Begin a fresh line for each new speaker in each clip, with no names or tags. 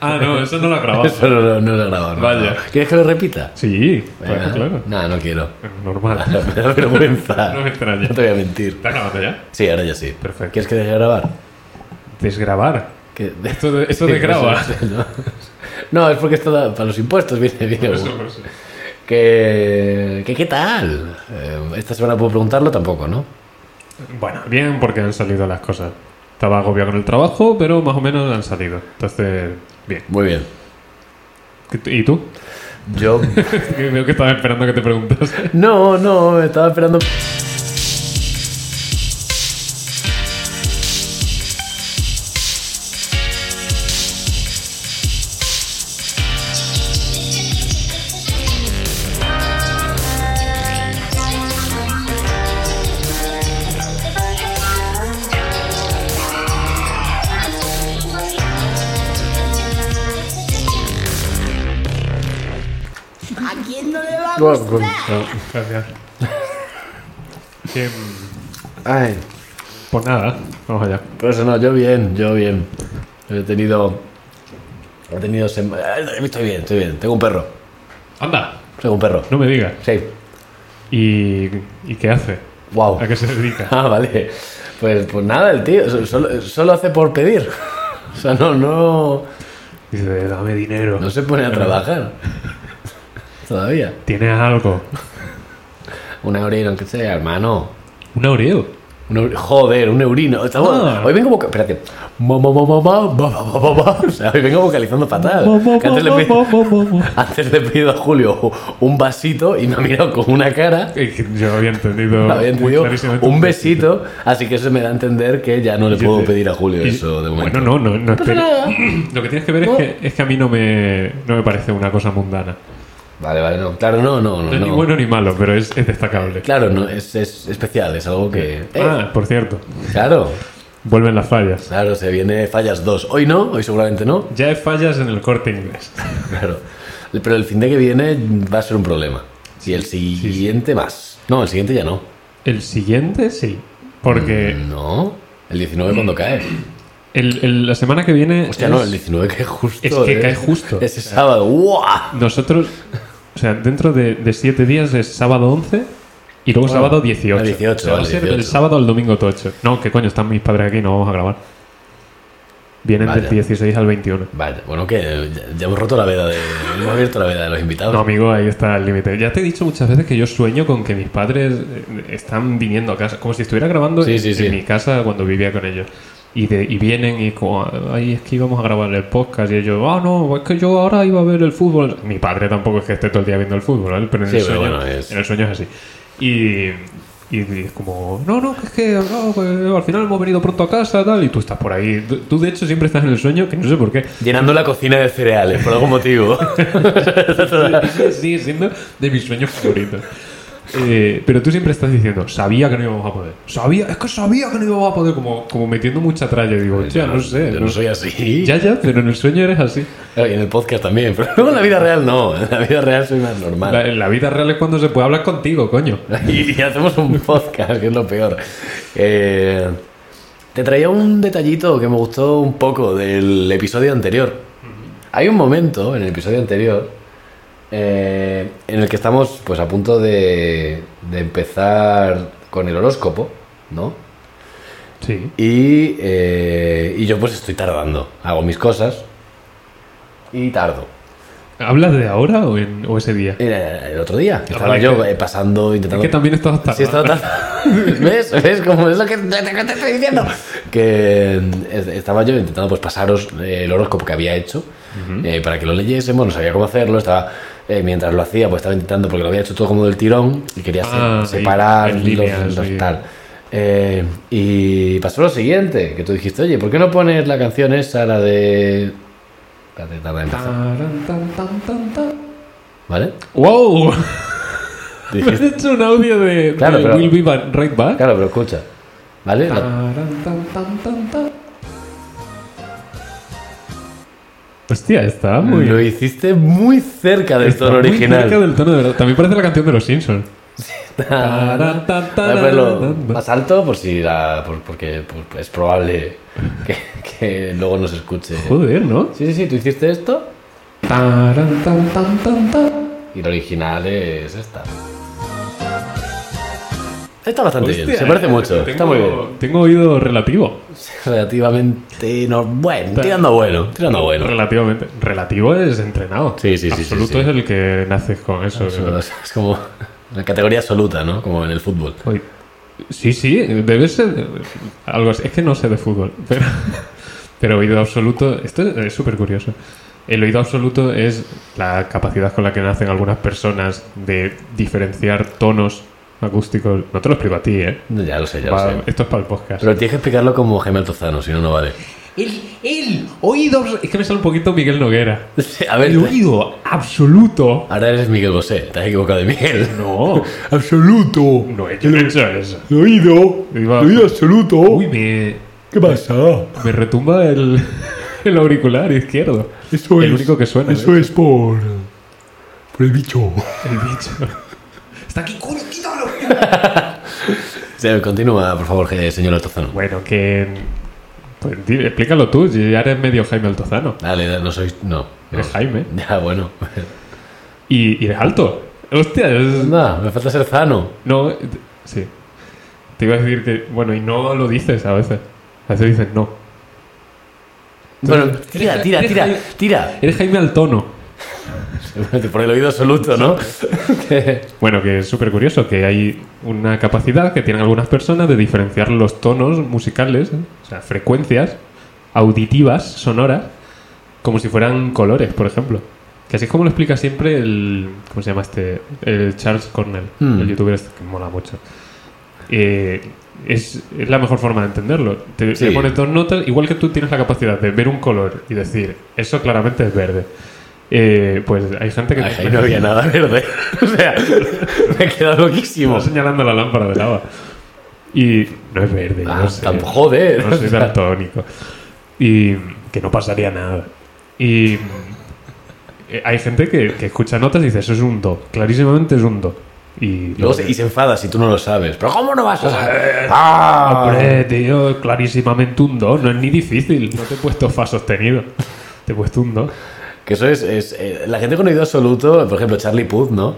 Ah, no, eso no lo ha grabado.
Eso no, lo- no lo he grabado. no.
Vaya.
¿Quieres que lo repita?
Sí,
Venga.
claro, claro.
No, no quiero.
Normal.
Me da vergüenza.
No me extraña.
No te voy a mentir.
¿Está grabando ya?
Sí, ahora ya sí.
Perfecto.
¿Quieres que deje de grabar?
Desgrabar.
Que-
Esto, de, esto
Sí,
de graba.
eso es, ¿no? No, es porque esto da- para los impuestos viene bien.
Eso, por eso.
Que, que ¿Qué tal? Eh, esta semana puedo preguntarlo tampoco, ¿no?
Bueno, bien porque han salido las cosas. Estaba agobiado con el trabajo, pero más o menos han salido. Entonces, bien.
Muy bien.
¿Y tú?
Yo.
Que Veo que estaba esperando que te preguntas.
No, no, estaba esperando.
¿A quién no le va a
Bueno,
gustar?
Gracias. Bien,
Ay.
Em, pues nada, vamos allá.
Por eso no, yo bien, yo bien. He tenido. He tenido. sema- Estoy bien, estoy bien. Tengo un perro.
Anda,
Tengo un perro.
no me digas.
Sí.
¿Y, y qué hace?
Wow.
¿A qué se dedica?
Ah, vale. Pues, pues nada, el tío. so- Solo, solo hace por pedir. O sea, no, no.
Dice, dame dinero.
No se pone a trabajar. Todavía.
¿Tienes algo?
Un eurino, aunque sea, hermano.
¿Un Oreo?
Un eur- Joder, un eurino. Estamos-
Ah.
Hoy vengo. voca- Espérate. Mo, mo, mo, mo, mo, mo, mo, mo, mo. O sea, hoy vengo vocalizando fatal. Que antes le pedí- Antes le he pedido a Julio un vasito y me ha mirado con una cara.
Eh, que Yo había entendido
Lo había
muy
entendido,
clarísimamente
un besito, así que eso me da a entender que ya no le
Yo
puedo
te-
pedir a Julio
Y-
eso de momento.
Bueno, no, no, no espere-
nada.
Lo que tienes que ver es
No.
que, es que a mí no me, no me parece una cosa mundana.
Vale, vale, no. Claro, no, no,
No
no.
es
no.
ni bueno ni malo, pero es, es destacable.
Claro, no, es, es especial, es algo que. Eh,
Ah, por cierto,
Claro,
vuelven las fallas.
claro, se viene fallas 2. Hoy no, hoy seguramente no.
Ya hay fallas en el corte inglés.
Claro. Pero el fin de que viene va a ser un problema. Y el siguiente más. No, el siguiente ya no.
El siguiente sí, porque
No. El 19 cuando cae.
el- el- la semana que viene.
Hostia,
es-
no, el 19 cae justo.
es que
eh.
cae justo.
Ese sábado. ¡Guau!
Nosotros, o sea, dentro de, de siete días es sábado 11 y luego sábado 18.
ah, 18,
O sea, va a
vale,
ser
18.
del sábado al domingo tocho. No, que coño, están mis padres aquí, no vamos a grabar. Vienen
Vaya.
del 16 al 21.
Vale, bueno, que ya, ya hemos roto la veda de. Hemos abierto la veda de los invitados.
No, amigo, ahí está el límite. Ya te he dicho muchas veces que yo sueño con que mis padres eh, están viniendo a casa, como si estuviera grabando
Sí,
en,
sí, sí.
en mi casa cuando vivía con ellos. Y, de, y vienen y como, ay, es que íbamos a grabar el podcast. Y ellos, ah, no, es que yo ahora iba a ver el fútbol. Mi padre tampoco es que esté todo el día viendo el fútbol, ¿vale? Pero en,
Sí,
el,
pero
sueño,
bueno, es-
en el sueño es así. Y, y es como, no, no, que es que no, pues, al final hemos venido pronto a casa, tal. Y tú estás por ahí. Tú- Tú, de hecho, siempre estás en el sueño, que no sé por qué.
Llenando la cocina de cereales, por algún motivo.
sigue siendo de mis sueños favoritos. Eh, pero tú siempre estás diciendo, sabía que no íbamos a poder. Sabía, es que sabía que no íbamos a poder, como, como metiendo mucha tralla. Y Digo, ya no sé.
Yo
no-
no soy así.
Ya, ya, pero en el sueño eres así.
Y en el podcast también, pero luego en la vida real no. En la vida real soy más normal.
La- en la vida real es cuando se puede hablar contigo, coño.
Y, y hacemos un podcast, que es lo peor. Eh, te traía un detallito que me gustó un poco del episodio anterior. Hay un momento en el episodio anterior eh, en el que estamos pues a punto de, de empezar con el horóscopo, ¿no?
Sí.
Y, eh, y yo pues estoy tardando. Hago mis cosas y tardo.
¿Hablas de ahora o, en, o ese día?
Era el otro día. que
Ah,
Estaba
vale,
yo
que-
eh, pasando,
Es
intentando...
que también estás
Pues Sí,
tardando.
estaba tan- ¿Ves? ¿Ves? Como es lo que te, te- te estoy diciendo. Que mm, es- estaba yo intentando pues, pasaros eh, el horóscopo que había hecho eh, para que lo leyésemos, no sabía cómo hacerlo, estaba... eh, mientras lo hacía, pues estaba intentando, porque lo había hecho todo como del tirón y quería se-
Ah, ahí,
separar
en
los,
líneas,
los
sí.
tal. Eh, y pasó lo siguiente, que tú dijiste, oye, ¿por qué no pones la canción esa, la de... Espérate, tarda en empezar,
Taran, tan, tan, tan, tan.
¿Vale?
¡Wow! Me has
Dijiste-
hecho un audio de,
Claro,
de
pero-
Will Be Ba- Right Back.
claro, pero escucha.
Ah.
¿Vale? La-
Taran, tan, tan, tan, tan. Hostia, está muy.
Lo hiciste muy cerca del
está
tono
muy
original.
cerca del tono de verdad. También parece la canción de los Simpsons. Tarán, tan,
Voy a
tarán,
ponerlo
tan,
más alto por si la, por- porque por- pues, es probable que, que luego no se escuche.
Joder, ¿no?
Sí, sí, sí, tú hiciste esto
Tarán, tan, tan, tan, tan.
y la original es esta. Está bastante bien, se
Hostia,
parece
eh,
mucho,
tengo-
está muy bien.
Tengo oído relativo.
Relativamente no, bueno, tirando bueno, tirando bueno.
Relativamente. Relativo es entrenado.
Sí, sí, sí, sí,
Absoluto
sí.
es el que naces con eso.
Es es como la categoría absoluta, ¿no? Como en el fútbol.
Oye, Pues, Sí, sí, debe ser algo así. Es que no sé de fútbol, pero, pero oído absoluto, esto es súper curioso. El oído absoluto es la capacidad con la que nacen algunas personas de diferenciar tonos acústicos. No te lo explico a ti, ¿eh?
Ya lo sé, ya
Pa-
lo sé.
esto es para el podcast.
Pero tienes que explicarlo como Gemel Tozano, si no, no vale.
El, el oído... abs- Es que me sale un poquito Miguel Noguera.
A ver,
El oído absoluto.
ahora eres Miguel Bosé, te has equivocado de Miguel.
No,
Absoluto.
no he yo no he hecho eso.
El oído.
Iba-
absoluto.
Uy, me,
¿Qué pasa?
Me retumba el, el auricular izquierdo.
Eso
el
es-
único que suena.
Eso
¿eh?
es por. por el bicho.
El bicho. Está aquí, coño, quítalo.
Sí, continúa, por favor, que- señor Tozano.
Bueno, que. Pues di- explícalo tú, si ya eres medio Jaime Altozano.
Dale, dale, no sois. No. no.
Eres Jaime.
Ya, bueno.
Y, y eres alto. Hostia, es-
Nada, me falta ser Zano.
No, eh, sí. Te iba a decir que. Bueno, y no lo dices a veces. A veces dices no.
Bueno, tira, tira,
eres
tira,
Jaime-
tira.
Eres Jaime Altono.
Por el oído absoluto, ¿no?
Bueno, que es súper curioso que hay una capacidad que tienen algunas personas de diferenciar los tonos musicales, ¿eh? o sea, frecuencias auditivas, sonoras, como si fueran colores, por ejemplo. Que así es como lo explica siempre el. ¿Cómo se llama este? El Charles Cornell,
Hmm.
el youtuber este que mola mucho. Eh, es, es la mejor forma de entenderlo. Te,
Sí.
le pones dos notas, igual que tú tienes la capacidad de ver un color y decir, eso claramente es verde. Eh, pues hay gente que.
Ay, ahí no había nada verde. O sea, me he quedado loquísimo.
Está señalando la lámpara de lava. Y no es verde,
Ah,
no sé.
tampoco- joder.
No soy daltónico. Y que no pasaría nada. Y eh, hay gente que, que escucha notas y dice, eso es un do. Clarísimamente es un do. Y
Luego se- y se enfada si tú no lo sabes. Pero ¿cómo no vas a saber?
Ah,
¡Ah!
Hombre, tío, clarísimamente un do. No es ni difícil. No te he puesto fa sostenido. Te he puesto un do.
Que eso es, es, eh, la gente con oído absoluto, por ejemplo, Charlie Puth, ¿no?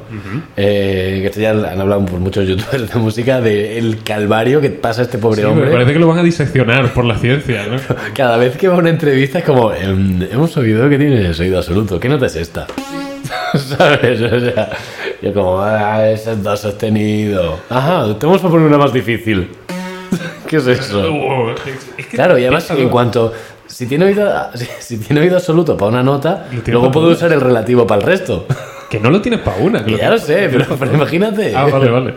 Eh, que esto ya han hablado por muchos youtubers de música del calvario que pasa este
Sí,
pobre
me
hombre.
parece que lo van a diseccionar por la ciencia, ¿no?
Cada vez que va a una entrevista es como, em, hemos oído que tienes oído absoluto, ¿qué nota es esta? ¿Sabes? O sea, yo como, ah, ese es do sostenido. Ajá, te vamos a poner una más difícil. ¿Qué es eso?
Oh, es- es que-
Claro, y además en
piénsalo.
cuanto, si tiene oído, si, si tiene oído absoluto para una nota,
Lo tiene
luego
para
puede
una.
usar el relativo para el resto.
Que no lo tienes para una. que
Ya lo
tienes pa-
sé,
lo tienes
pero,
pa'
pero
todo.
imagínate.
Ah, vale, vale.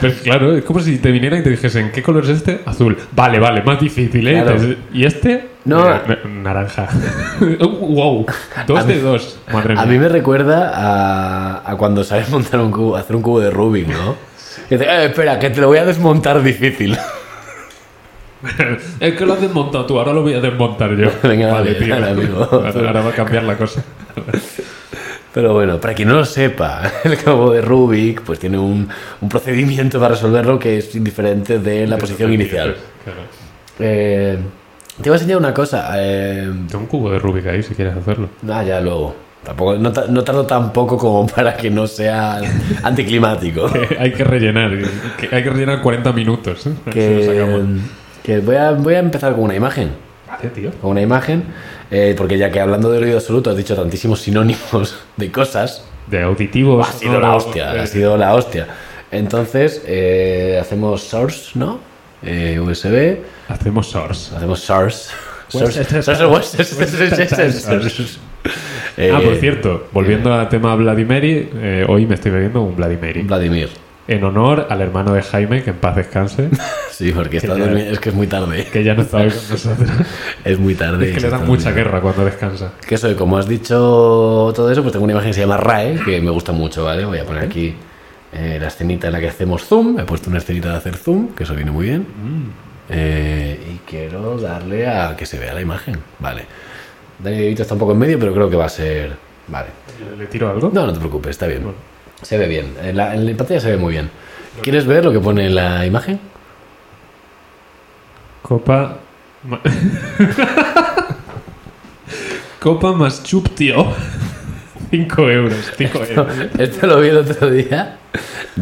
Pero claro, es como si te viniera y te dijesen, ¿qué color es este? Azul. Vale, vale, más difícil, ¿eh?
Claro.
Entonces, ¿Y este?
No.
Mira, na- naranja. Oh, wow.
A
Dos
mí-
de dos. Madre mía.
A mí me recuerda a, a cuando sabes montar un cubo, hacer un cubo de Rubik, ¿no? Que dice, "Eh, espera, que te lo voy a desmontar difícil.
es que lo has desmontado tú, ahora lo voy a desmontar yo.
Venga,
vale,
dale, dale, amigo.
Ahora ahora va a cambiar la cosa.
Pero bueno, para quien no lo sepa, el cubo de Rubik pues tiene un, un procedimiento para resolverlo que es diferente de la posición inicial.
Claro.
Eh, te voy a enseñar una cosa. eh,
Tengo un cubo de Rubik ahí si quieres hacerlo.
ah, ya luego. Tampoco, no, ta- no tardo tampoco como para que no sea anticlimático.
hay que rellenar. que hay que rellenar 40 minutos. ¿eh? Si lo
que,
sacamos.
que voy, a, voy a empezar con una imagen.
Vale, tío.
Con una imagen, eh, porque ya que hablando del oído absoluto has dicho tantísimos sinónimos de cosas,
De Eh, auditivo.
ha sido
Oh,
la hostia, ha sido la hostia. Entonces, eh, hacemos source, ¿no? Eh, USB,
Hacemos source.
hacemos source.
Westchester.
Source- source-
pues
Westchester. Eh,
ah, por cierto, volviendo al tema Vladimiri, eh, hoy me estoy bebiendo un Vladimiri.
Eh, Vladimir.
En honor al hermano de Jaime, que en paz descanse,
Sí, porque está
ya-
durmi- es que es muy tarde.
que ya no está hoy con nosotros.
Es muy tarde.
Es que
se
le dan
está
mucha
durmiendo.
guerra cuando descansa.
Que soy, como has dicho todo eso, pues tengo una imagen que se llama RAE, que me gusta mucho, ¿vale? Voy a poner aquí eh, la escenita en la que hacemos zoom. He puesto una escenita de hacer zoom, que eso viene muy bien. Eh, y quiero darle a que se vea la imagen, ¿vale? Dani DeVito está un poco en medio, pero creo que va a ser... Vale.
¿Le tiro algo?
No, no te preocupes, está bien. Se ve bien. En la, en la pantalla se ve muy bien. ¿Quieres ver lo que pone en la imagen?
Copa. ma- Copa más chup, tío. 5 euros, 5 euros.
Esto lo vi el otro día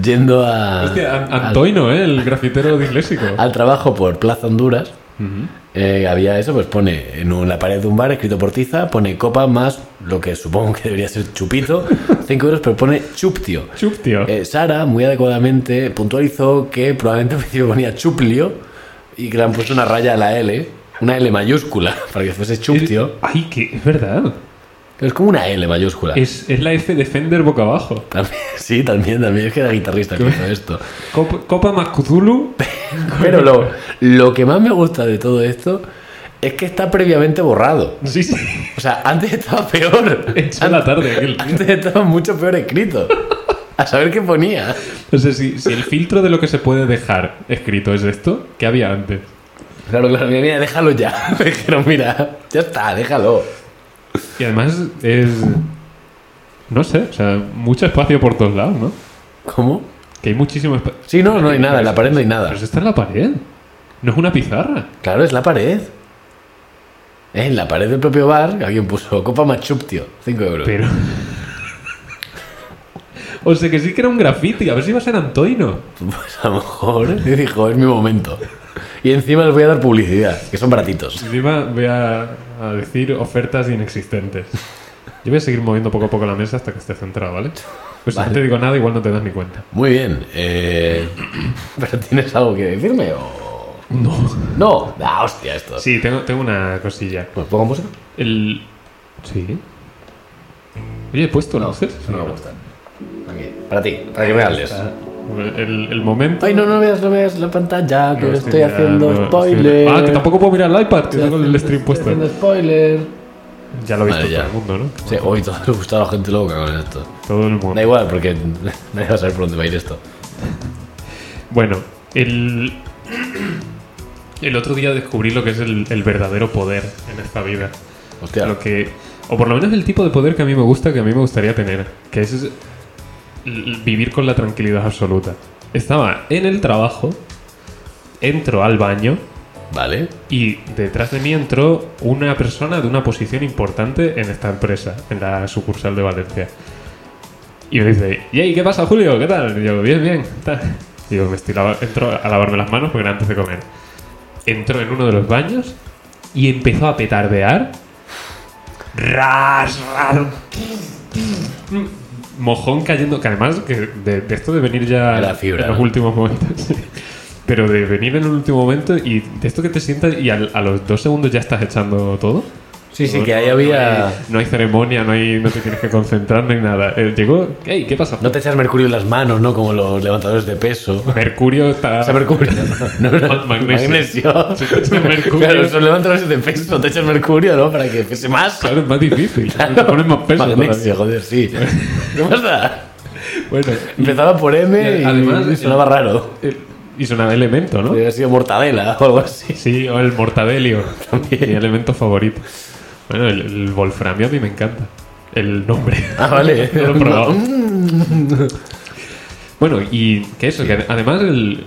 yendo a,
Hostia, An-
al-
Antoino, ¿eh? el grafitero disléxico.
al trabajo por Plaza Honduras.
Ujú.
Eh, había eso, pues pone en un- la pared de un bar escrito por tiza, pone copa más lo que supongo que debería ser chupito, 5 euros, pero pone chuptio.
Chup, tío.
Eh, Sara, muy adecuadamente, puntualizó que probablemente al principio ponía chuplio y que le han puesto una raya a la L, una L mayúscula, para que fuese chuptio.
Ay, que es verdad.
Es como una L mayúscula.
Es, es la F de Fender boca abajo.
También- sí, también, también. Es que era guitarrista que hizo esto.
Cop- Copa, más Cthulhu.
Pero lo, lo que más me gusta de todo esto es que está previamente borrado.
Sí, sí.
O sea, antes estaba peor.
Hecho la tarde. aquel.
Antes estaba mucho peor escrito. A saber qué ponía.
O sea, si, si el filtro de lo que se puede dejar escrito es esto, ¿qué había antes?
Claro, claro, mira, mira, déjalo ya. Me dijeron, mira, ya está, déjalo.
Y además es. No sé, o sea, mucho espacio por todos lados, ¿no?
¿Cómo?
Que hay muchísimo espacio.
Sí, no, no hay nada, en la pared no hay nada.
Pero si está en la pared. No es una pizarra.
Claro, es la pared. Es en la pared del propio bar, alguien puso copa machuptio, 5 euros.
Pero. O sea, que sí que era un graffiti. A ver si iba a ser Antoino.
Pues a lo mejor y dijo, es mi momento. Y encima les voy a dar publicidad, que son baratitos.
Encima voy a, a decir ofertas inexistentes. Yo voy a seguir moviendo poco a poco la mesa hasta que esté centrado, ¿vale? Pues si no te digo nada, igual no te das ni cuenta.
Muy bien. eh, ¿Pero tienes algo que decirme o...?
No.
No, ah, hostia, esto.
Sí, tengo, tengo una cosilla.
Pues pongo música.
El. Sí. Oye, he puesto luces.
eso no me gusta. Aquí, para ti, para que me hables.
El, el momento.
Ay, no, no veas, no veas la pantalla, que
No,
lo estoy
mirando,
haciendo
estoy
spoiler.
mirando. Ah, que tampoco puedo mirar el iPad, que
Estoy
tengo el
haciendo-
stream
estoy
puesto.
haciendo spoiler.
Ya lo ha visto
Vale, ya.
todo el mundo, ¿no?
Sí, hoy todo le gusta a la gente loca con esto.
Todo el mundo.
Da igual, porque nadie va a saber por dónde va a ir esto.
Bueno, el. El otro día descubrí lo que es el, el verdadero poder en esta vida.
Hostia.
Lo que. O por lo menos el tipo de poder que a mí me gusta, que a mí me gustaría tener. Que es l- l- vivir con la tranquilidad absoluta. Estaba en el trabajo, entro al baño
Vale.
y detrás de mí entró una persona de una posición importante en esta empresa, en la sucursal de Valencia. Y me dice, "Yey, ¿qué pasa, Julio? ¿Qué tal? Y yo, bien, bien, ¿qué tal?". Y yo, me estoy lava- entro a lavarme las manos porque era antes de comer. Entró en uno de los baños y empezó a petardear. Ras, ras. Mojón cayendo, que además que de, de esto de venir ya
De la fibra,
en los
¿no?
últimos momentos. sí. Pero de venir en el último momento y de esto que te sientas y al- a los dos segundos ya estás echando todo.
Sí, sí,
No,
que
no,
ahí
no
había.
hay- No hay, ceremonia, no, hay, no te tienes que concentrar, no hay nada. Eh, llegó. Ey, ¿Qué pasa?
No te echas mercurio en las manos, ¿no? Como los levantadores de peso.
Mercurio está.
O sea, mercurio. No, no,
Ma- magnesio.
magnesio.
Si te echas mercurio-
Claro, son levantadores de peso, te echas mercurio, ¿no? Para que pese más.
Claro, es más difícil. Te pones más peso.
Magnesio,
todavía.
joder, sí. ¿Qué pasa?
Bueno,
Empezaba por M
Y
y,
además-
y sonaba raro.
eh, y sonaba elemento, ¿no?
Podría haber sido mortadela o algo así.
Sí, o el mortadelio. Mi elemento favorito. Bueno, el, el wolframio a mí me encanta. El nombre.
Ah, vale.
No lo he probado. Bueno, y que eso, que además el,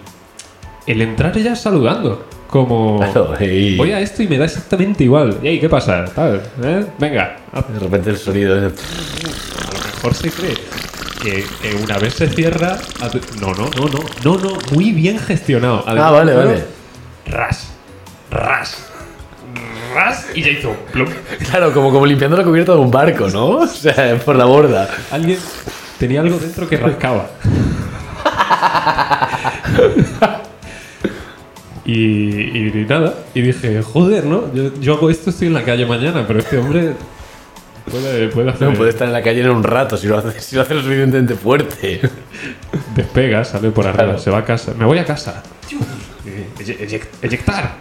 el entrar ya saludando. Como.
Claro, y-
Voy a esto y me da exactamente igual. Ey, ¿qué pasa? Tal, ¿eh? Venga, a-
De repente el sonido es.
mejor se cree que, que una vez se cierra. a- No, no, no, no, no, no, muy bien gestionado.
Ah, vale,
claro,
vale.
Ras, ras, ras, y ya hizo plop.
Claro, como, como limpiando la cubierta de un barco, ¿no? O sea, por la borda.
Alguien tenía algo dentro que rascaba. y, y nada, y dije, joder, ¿no? Yo, yo hago esto, estoy en la calle mañana, pero este hombre puede, puede hacer.
No puede estar en la calle en un rato si lo hace, si lo, hace lo suficientemente fuerte.
Despega, sale por arriba,
Claro.
se va a casa. Me voy a casa. Eh, eye- eyec- Eyectar.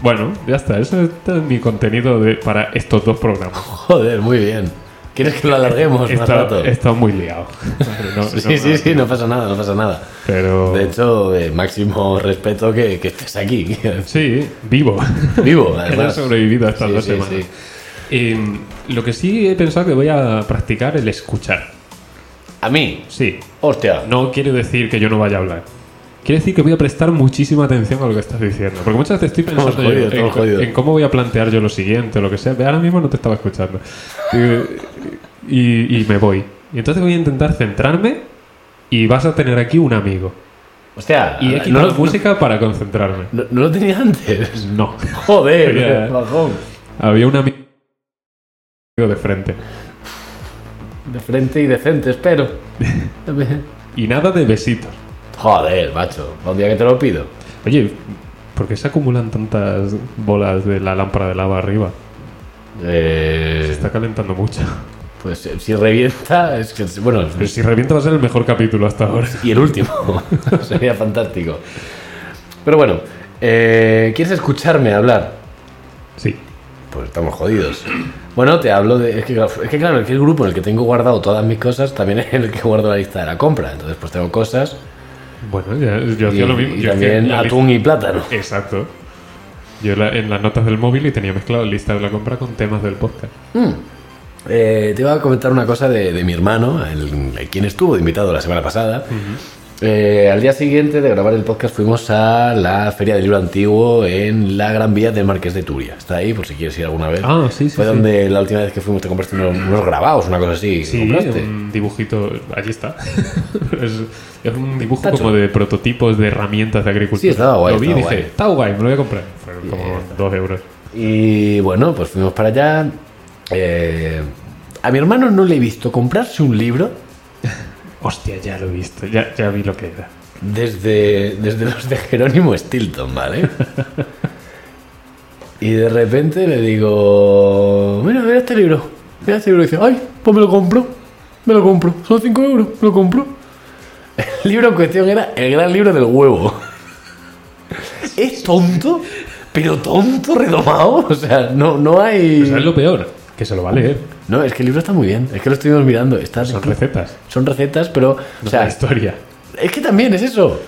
Bueno, ya está. Eso este es mi contenido de- para estos dos programas.
Joder, muy bien. ¿Quieres que lo alarguemos
He
más
estado,
rato?
he estado muy liado. Pero no- no
Sí, sí,
me-
sí, no pasa nada, no pasa nada.
Pero.
De hecho, eh, máximo respeto que, que estés aquí,
Sí, vivo.
vivo,
He
además.
sobrevivido a estas
Sí,
dos
sí,
semanas. Em,
sí.
Eh, lo que sí he pensado que voy a practicar el escuchar.
A mí.
Sí.
Hostia.
No quiere decir que yo no vaya a hablar. Quiere decir que voy a prestar muchísima atención a lo que estás diciendo. Porque muchas veces estoy pensando
Estamos jodidos,
yo en-
estamos jodidos.
en, en cómo voy a plantear yo lo siguiente o lo que sea. Ve, Ahora mismo no te estaba escuchando. Digo, Y, y me voy. Y entonces voy a intentar centrarme y vas a tener aquí un amigo.
Hostia.
Y he
Ah, no,
quitado
lo-
música para concentrarme.
no- no lo tenía antes.
No.
Joder,
Ya.
bajón.
Había un ami- amigo de frente.
De frente y decente, espero.
Y nada de besitos.
Joder, macho. Un día que te lo pido.
Oye, ¿por qué se acumulan tantas bolas de la lámpara de lava arriba? Se
Eh,
está calentando mucho.
pues eh, si revienta, es que. Bueno,
Pero si revienta va a ser el mejor capítulo hasta ahora.
y el último. Sería fantástico. Pero bueno, eh, ¿quieres escucharme hablar?
Sí.
Pues estamos jodidos. Bueno, te hablo de. Es que, es que claro, es que el grupo en el que tengo guardado todas mis cosas también es el que guardo la lista de la compra. Entonces, pues tengo cosas.
Bueno, ya- yo
y,
hacía lo mismo.
y
Yo hacía
también
la
atún y plátano.
lista- Exacto. Yo la- en las notas del móvil y tenía mezclado la lista de la compra con temas del podcast.
Eh, te iba a comentar una cosa de, de mi hermano, el, el quien estuvo de invitado la semana pasada. Eh, al día siguiente de grabar el podcast fuimos a la Feria del Libro Antiguo en la Gran Vía del Marqués de Turia. Está ahí, por si quieres ir alguna vez.
Ah, sí, sí,
Fue
sí.
donde la última vez que fuimos te compraste unos, unos grabados, una cosa así. que
Sí,
compraste.
un dibujito. Allí está. es, es un dibujo
Está
como de prototipos de herramientas de agricultura.
Sí, estaba guay,
Lo vi y
estaba
dije,
guay.
está guay, me lo voy a comprar. Fueron como
Yeah.
dos euros.
Y bueno, pues fuimos para allá. Eh, a mi hermano no le he visto comprarse un libro
Hostia, ya lo he visto, ya, ya vi lo que era.
desde, desde los de Jerónimo Stilton, ¿vale? Y de repente le digo, mira, mira este libro. Mira este libro y dice, ay, pues me lo compro. Me lo compro. Son 5 euros, me lo compro. El libro en cuestión era el gran libro del huevo. Es tonto, pero tonto, redomado. Pues O sea, no, no hay...
¿Sabes lo peor? Que se lo va a leer.
No, es que el libro está muy bien. Es que lo estuvimos mirando. Está,
Son recetas.
son recetas,
No
pero. o
es la
sea,
historia.
es que también es eso.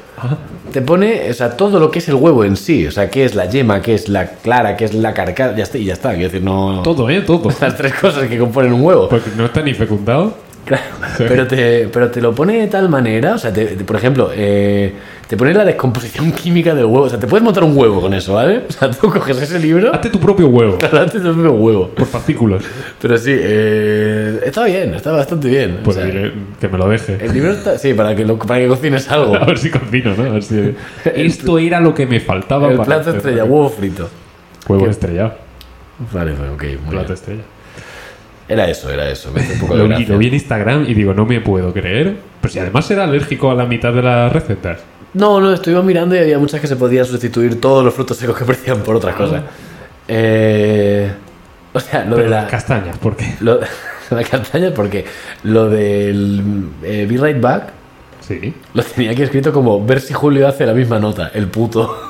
Te pone, o sea, todo lo que es el huevo en sí. O sea, qué es la yema, qué es la clara, qué es la carcasa. Ya está, y ya está. Quiero decir, no.
Todo, Pues, ¿eh? Todo.
Las tres cosas que componen un huevo.
Porque no está ni fecundado.
Claro, pero te, pero te lo pone de tal manera, o sea, te- te- por ejemplo, eh, te pone la descomposición química del huevo, o sea, te puedes montar un huevo con eso, ¿vale? O sea, tú coges ese libro,
Hazte tu propio huevo.
te haces un huevo.
Por fascículos.
Pero sí, eh, está bien, está bastante bien. o
Pues
sea,
diré que me lo deje.
El libro está. Sí, para que, lo- para que cocines algo.
A ver si cocino, ¿no? A ver si... Esto era lo que me faltaba
El
para
plato
hacer-
estrella, huevo frito.
Huevo estrellado.
Vale, vale, ok, muy
Plato
bien.
estrella.
Era eso, era eso. Me hace un poco de
Lo vi,
gracia.
lo vi en Instagram y digo, no me puedo creer. Pero si además era alérgico a la mitad de las recetas.
No, no, estuvimos mirando y había muchas que se podían sustituir todos los frutos secos que ofrecían por otras cosas. Eh, o sea, lo
Pero
de la.
las castañas, ¿por qué?
Lo, la castaña, porque lo del eh, Be Right Back
Sí.
lo tenía aquí escrito como ver si Julio hace la misma nota, el puto.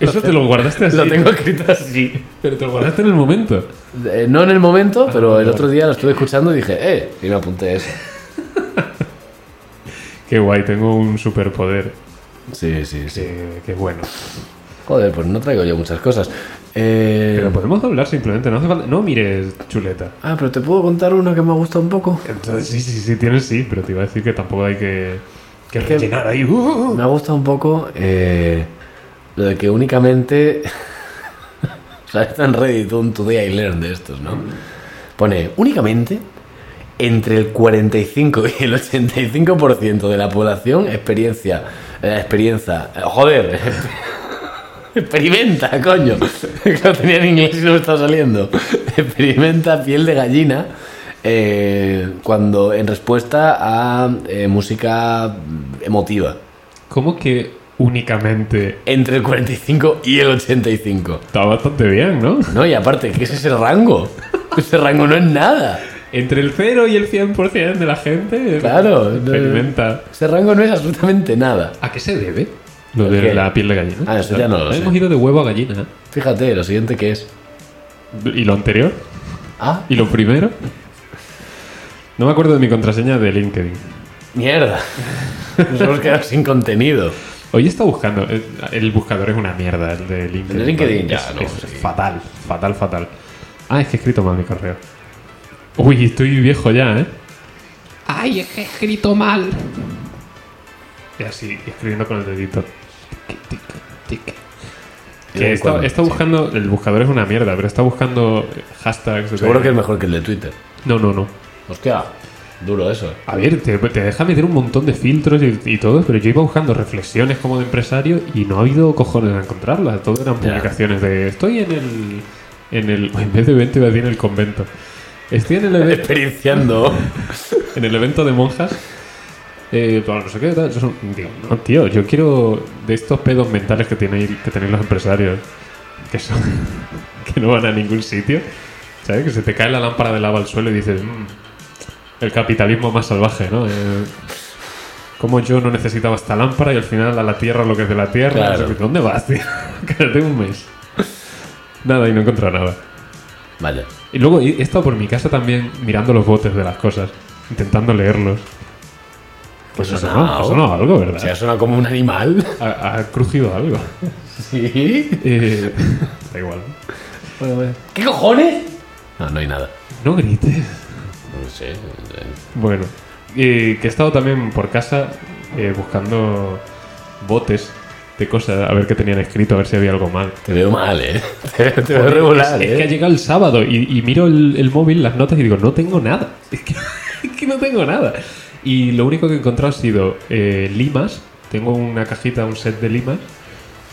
Eso te lo guardaste así.
Lo tengo escrito así.
Pero te lo guardaste en el momento.
Eh, no en el momento, pero el otro día lo estuve escuchando y dije, eh, y me apunté eso.
Qué guay, tengo un superpoder.
Sí, sí, sí.
Qué, qué bueno.
Joder, pues no traigo yo muchas cosas. Eh,
Pero pues, podemos hablar simplemente, no hace falta. No mires chuleta.
Ah, pero te puedo contar una que me ha gustado un poco.
Entonces, sí, sí, sí, tienes sí, pero te iba a decir que tampoco hay que, que
que-
rellenar ahí. ¡Uh, uh, uh!
Me ha gustado un poco eh, lo de que únicamente. o sea, está en Reddit un Today I Learn de estos, ¿no? Pone, únicamente entre el 45 y el 85% de la población experiencia. eh, experiencia. eh, joder. Experimenta, coño. Que Lo tenía en inglés y no me estaba saliendo. Experimenta piel de gallina eh, cuando en respuesta a eh, música emotiva.
¿Cómo que únicamente?
Entre el 45 y el 85.
Está bastante bien, ¿no?
No, y aparte, ¿qué es ese rango? Ese rango no es nada.
Entre el 0 y el 100% de la gente
Claro, no-
experimenta.
Ese rango no es absolutamente nada.
¿A qué se debe? Lo de
¿El qué?
la piel de gallina.
Ah, eso ya no lo sé.
Hemos ido de huevo a gallina.
Fíjate, lo siguiente que es.
¿Y lo anterior?
Ah,
¿Y lo primero? No me acuerdo de mi contraseña de LinkedIn.
mierda. Nos hemos quedado sin contenido.
Hoy está buscando. eh, El buscador es una mierda, el de LinkedIn.
El de LinkedIn, ya,
Es-
no,
es
sí.
Fatal, fatal, fatal. Ah, es que he escrito mal mi correo. Uy, estoy viejo ya, ¿eh? Ah, Ay, es que he escrito mal. Y así, escribiendo con el dedito. Tic, tic, tic.
Yo de
Que está,
cuando,
está
sí.
buscando. El buscador es una mierda, pero está buscando hashtags. de-
Seguro que es mejor que el de Twitter.
No, no, no.
Hostia, duro eso. eh.
A ver, te, te deja meter un montón de filtros y, y todo, pero yo iba buscando reflexiones como de empresario y no ha habido cojones a encontrarlas. Todo eran
Ya.
publicaciones de estoy en el. En el. En vez de evento iba a decir en el convento. Estoy en el evento.
Experienciando.
en el evento de monjas. Eh, bueno, no sé qué tal. Yo son- digo, no, tío, yo quiero de estos pedos mentales que tenéis, que tenéis los empresarios, que son que no van a ningún sitio. ¿Sabes? Que se te cae la lámpara de lava al suelo y dices, "Mm, el capitalismo más salvaje, ¿no? Eh, como yo no necesitaba esta lámpara y al final a la tierra lo que es de la tierra.
Claro.
No sé qué. ¿Dónde vas, tío? Quédate un mes. Nada, y no he encontrado nada.
Vale.
Y luego he estado por mi casa también mirando los botes de las cosas, intentando leerlos. Pues ha sonado, ha sonado algo, ¿verdad?
Se ha sonado como un animal.
Ha, ha crujido algo.
Sí.
Eh, da igual.
¿Qué cojones? No, no hay nada.
No grites.
No sé. eh,
Bueno, y que he estado también por casa eh, buscando botes de cosas, a ver qué tenían escrito, a ver si había algo mal.
Te veo mal, eh. Te, te veo regular,
Es que ha
eh.
llegado el sábado y, y miro el, el móvil, las notas y digo, no tengo nada. Es que, es que no tengo nada. Y lo único que he encontrado ha sido eh, limas. Tengo una cajita, un set de limas.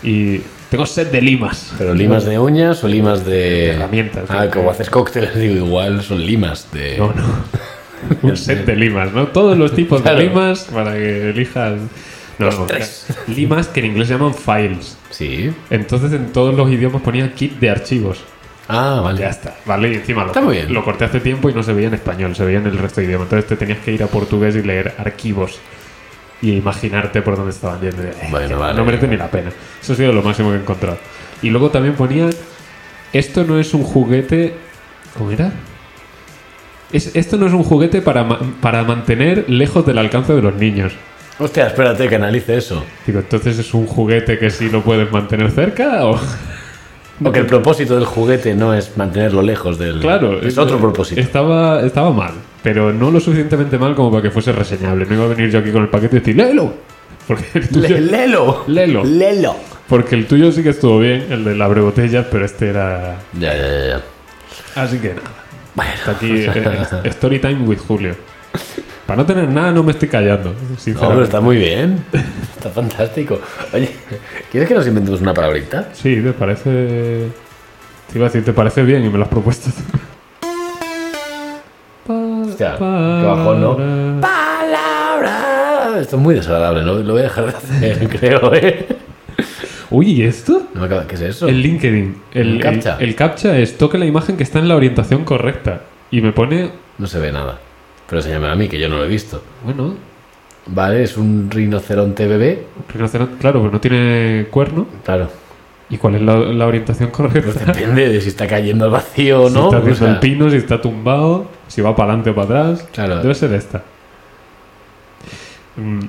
Y tengo set de limas.
Pero limas de uñas o limas de.
herramientas,
Ah,
sí.
como haces cócteles, digo, igual son limas de.
No, no. un set de limas, ¿no? Todos los tipos
Claro.
de limas para que elijas. No, no,
tres.
Limas que en inglés se llaman files.
Sí.
Entonces en todos los idiomas ponía kit de archivos.
Ah, vale.
Ya está, ¿vale? Y encima lo,
Está muy bien.
lo corté hace tiempo y no se veía en español, se veía en el resto de idiomas. Entonces te tenías que ir a portugués y leer archivos y imaginarte por dónde estaban yendo. Eh,
Bueno,
ya,
vale.
no merece ni la pena. Eso ha sido lo máximo que he encontrado. Y luego también ponía, esto no es un juguete... ¿Cómo era? Es, esto no es un juguete para, ma- para mantener lejos del alcance de los niños.
Hostia, espérate que analice eso.
Digo, entonces es un juguete que sí lo puedes mantener cerca o...
Porque el propósito del juguete no es mantenerlo lejos del.
Claro, eh,
Es otro propósito.
Estaba, estaba mal, pero no lo suficientemente mal como para que fuese reseñable. No iba a venir yo aquí con el paquete y decir, léelo. Porque el tuyo,
Le- lelo.
Lelo.
Lelo.
porque el tuyo sí que estuvo bien, el de la botellas, pero este era.
Ya, ya, ya, ya.
Así que nada.
Bueno.
Hasta aquí eh, eh, Story Time with Julio. Para no tener nada, no me estoy callando.
No, pero
Sinceramente.
está muy bien. Está fantástico. Oye, ¿quieres que nos inventemos una palabrita?
sí, te parece. Te iba a decir, te parece bien y me lo has propuesto.
Hostia, qué bajón, ¿no? Palabra. Esto es muy desagradable, ¿no? Lo voy a dejar de hacer, creo, ¿eh?
Uy, ¿y esto?
No me acaba- ¿Qué es eso?
El LinkedIn. El,
El
el-
captcha.
el captcha es toque la imagen que está en la orientación correcta. Y me pone.
No se ve nada. Pero se llama a mí, que yo no lo he visto.
Bueno.
Vale, es un rinoceronte bebé.
rinoceronte- Claro, pues no tiene cuerno.
Claro.
¿Y cuál es la, la orientación correcta?
Pues depende de si está cayendo al vacío o
si
Pues no.
está
o
haciendo
sea,
el pino, si está tumbado, si va para adelante o para atrás.
Claro.
Debe ser esta. Mm,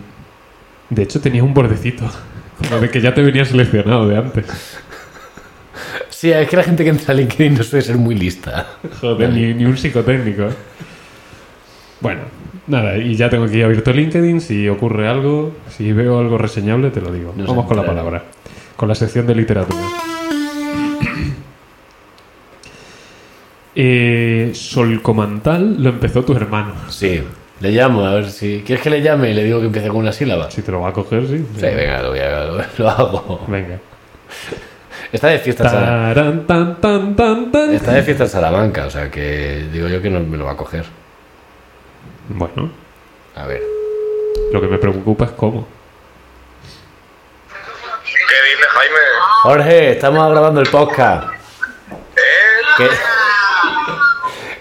De hecho, tenía un bordecito. Como de que ya te venía seleccionado de antes.
Sí, es que la gente que entra a LinkedIn no suele ser muy lista.
Joder, ni, ni un psicotécnico. ¿eh? Bueno, nada, y ya tengo aquí abierto LinkedIn. Si ocurre algo, si veo algo reseñable, te lo digo.
No sé,
Vamos con la
claro.
palabra, con la sección de literatura. Eh, Solcomantal lo empezó tu hermano.
Sí. Le llamo, a ver si. ¿Quieres que le llame y le digo que empiece con una sílaba?
Si te lo va a coger, sí.
Sí, venga, lo, voy a- lo- lo hago.
Venga.
Está de fiesta en Salamanca.
Tarán, tan, tan, tan, tan.
Está de fiesta en Salamanca, o sea que digo yo que no me lo va a coger.
Bueno,
A ver.
lo que me preocupa es cómo.
¿Qué dice Jaime?
Jorge, estamos grabando el podcast. Que,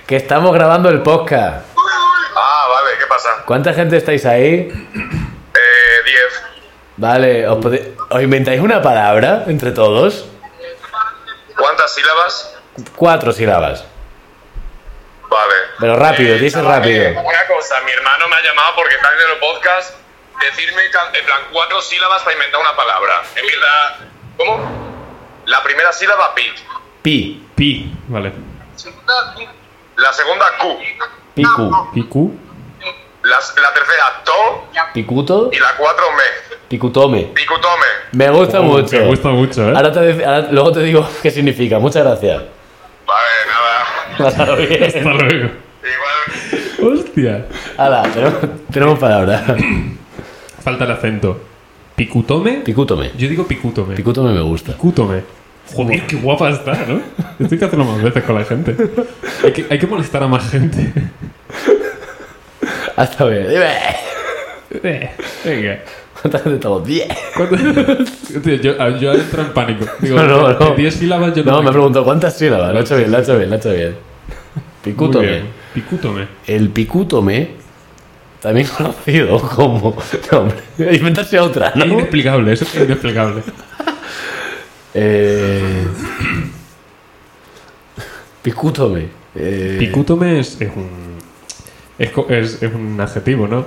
que estamos grabando el podcast.
Ah, vale, ¿qué pasa?
¿Cuánta gente estáis ahí?
Eh, 10.
Vale, os, pode- os inventáis una palabra entre todos.
¿Cuántas sílabas?
Cuatro sílabas.
Vale.
Pero rápido, dice
chaval,
rápido.
eh, Una cosa, mi hermano me ha llamado porque está haciendo el podcast. Decirme, ca- en plan, cuatro sílabas para inventar una palabra. Empieza. ¿Cómo? La primera sílaba, pi.
Pi,
Pi, vale.
La segunda, Q.
picu.
Picu,
las- la tercera to
Picuto,
y la cuatro me.
picutome.
Picutome.
Me gusta
Oh,
mucho.
Me gusta mucho, ¿eh?
Ahora, te dec- ahora- luego te digo qué significa. Muchas gracias.
Vale, nada.
Pásalo bien.
Hasta luego.
Igual.
Hostia.
Hala, tenemos, tenemos palabras.
Falta el acento. ¿Picutome?
Picutome.
Yo digo picutome.
Picutome me gusta.
Picutome. Joder, qué guapa está, ¿no? Esto hay que hacerlo más veces con la gente. Hay que, hay que molestar a más gente.
Hasta ver. Dime.
Eh, Venga.
¿Cuántas veces estamos? Diez.
¿Cuánto- Tío, yo, a- yo entro en pánico. Digo,
No, no, no.
de 10 sílabas yo no.
No, me ha preguntado cuántas sílabas. Lo he hecho bien, lo he hecho bien, lo he hecho bien.
Muy
Picutome.
bien. Picutome.
El picutome, también conocido como. No, hombre, inventarse otra,
Es
¿no?
inexplicable, eso es inexplicable.
Eh, picutome. eh,
Picutome es, es un. Es, co- es- es un adjetivo, ¿no?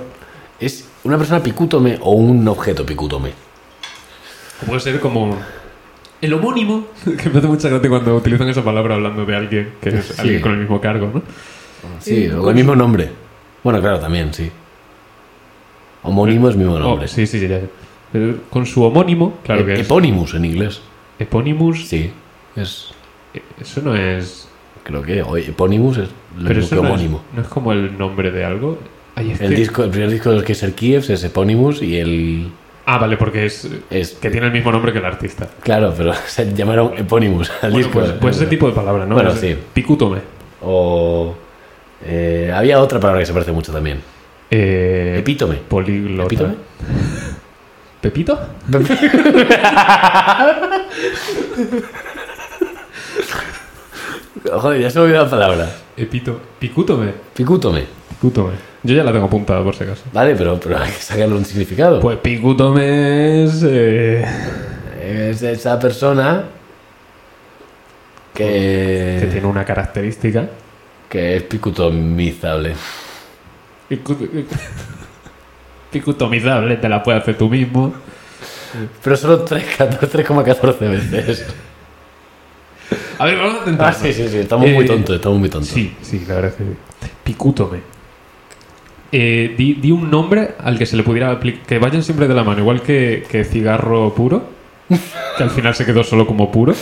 ¿Es una persona picutome o un objeto picutome?
Puede ser como. El homónimo. Que me hace mucha gracia cuando utilizan esa palabra hablando de alguien que es
Sí.
alguien con el mismo cargo, ¿no?
Sí, o el mismo nombre. Bueno, claro, también, sí. Homónimo es mismo nombre.
Oh, sí, sí, sí, ya sé. Pero Con su homónimo, claro que
E-
es.
Eponymus en inglés.
Eponymus.
Sí, es.
eh, Eso no es.
Creo que o- Eponymus es lo
pero
mismo que
eso no es,
homónimo.
no es como el nombre de algo. Ay, es
El,
que-
disco, el primer disco de los Kaiser Kievs es Eponymus y el.
Ah, vale, porque es. eh,
Es,
Que tiene el mismo nombre que el artista.
claro, pero se llamaron Eponymus al
Bueno,
disco. eh,
pues, pues ese tipo de palabra, ¿no?
Bueno,
Es-
sí.
Picutome.
O. eh, había otra palabra que se parece mucho también.
Eh,
Epítome.
Políglota.
¿Epítome?
¿Pepito?
Joder, ya se me olvidó la palabra.
Epito. Picútome.
Picútome.
Picútome. Yo ya la tengo apuntada por si acaso.
Vale, pero, pero hay que sacarle un significado.
Pues picútome es. eh,
Es esa persona
que
que,
tiene una característica.
que es picutomizable.
Picu- Picutomizable, te la puedes hacer tú mismo.
Pero solo 3, 14, 3,14 veces.
A ver, vamos a intentar.
Ah, sí, sí, sí. Estamos muy
Eh,
tontos, estamos muy tontos.
Sí, sí, la verdad es que sí. Picútome. Eh, di, di un nombre al que se le pudiera apli- Que vayan siempre de la mano, igual que, que cigarro puro, que al final se quedó solo como puro.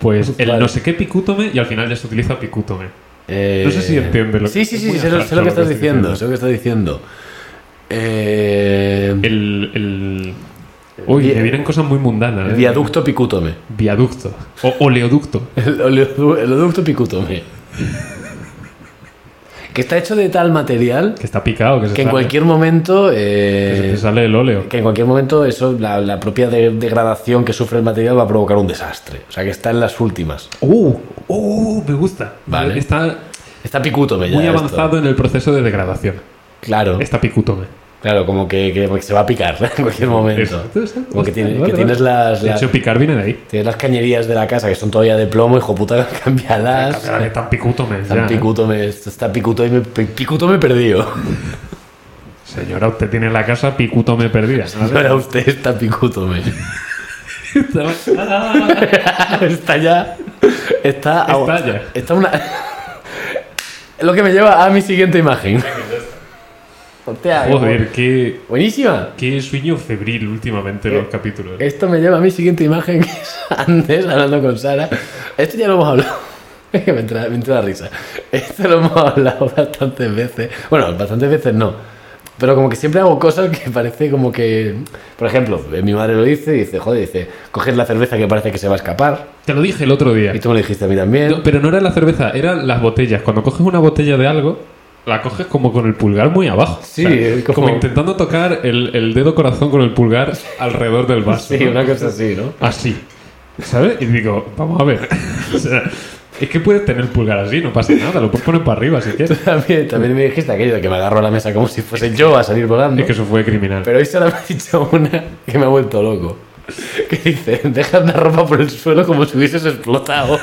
Pues el
Vale.
no sé qué picútome y al final ya se utiliza picútome.
Eh,
No sé si entiende lo que-
Sí, sí,
es
sí,
muy
sé, lo- sé lo
abstracto
que estás
lo que estoy
diciendo.
diciendo.
Sé lo que estás diciendo. Eh, el,
El. el... Uy,
vi-
me vienen cosas muy mundanas. ¿eh?
viaducto picútome.
Viaducto. O oleoducto.
El, oleodu- el oleoducto picútome. que está hecho de tal material
Que está picado, que se
que en
sale-
cualquier momento.
que se
eh,
te sale el óleo.
Que en cualquier momento eso, la, la propia de- degradación que sufre el material va a provocar un desastre. O sea que está en las últimas.
¡Uh! ¡Uh! Me gusta.
Vale.
Está
Está picútome ya.
muy
esto.
avanzado en el proceso de degradación.
Claro,
Está picútome.
claro, como que, que se va a picar en cualquier momento.
Exacto, exacto.
Como que, tiene-
Vale,
que
vale.
tienes las.
De
las-
hecho, picar viene de ahí.
tienes las cañerías de la casa que son todavía de plomo, hijo puta, cambiadas.
Claro, que tan picútome. ya,
Está
¿eh?
picútome, está picútome, picútome perdido.
Señora, usted tiene la casa picútome perdida.
No era usted, está picútome.
Ah,
está ya. Está.
Está ya.
Está una. Lo que me lleva a mi siguiente imagen. Hostia,
Joder, qué,
Buenísima.
qué sueño febril últimamente
Eh,
los capítulos.
Esto me lleva a mi siguiente imagen, que es antes, hablando con Sara. Esto ya lo hemos hablado. Es que me entra, me entra la risa. Esto lo hemos hablado bastantes veces. Bueno, bastantes veces no. Pero como que siempre hago cosas que parece como que... Por ejemplo, eh, mi madre lo dice, dice, joder, dice, coges la cerveza que parece que se va a escapar.
Te lo dije el otro día.
Y tú me lo dijiste a mí también.
No, pero no era la cerveza, eran las botellas. Cuando coges una botella de algo, la coges como con el pulgar muy abajo.
Sí, es como-
como... intentando tocar el, el dedo corazón con el pulgar alrededor del vaso.
Sí,
¿no?
una cosa así, ¿no?
así. ¿Sabes? Y digo, vamos a ver. O sea, es que puedes tener el pulgar así, no pasa nada, lo puedes poner para arriba si quieres.
También, también me dijiste aquello de que me agarro a la mesa como si fuese yo a salir volando.
Es que eso fue criminal.
Pero hoy solo me ha dicho una que me ha vuelto loco. Que dice, dejas la ropa por el suelo como si hubieses explotado.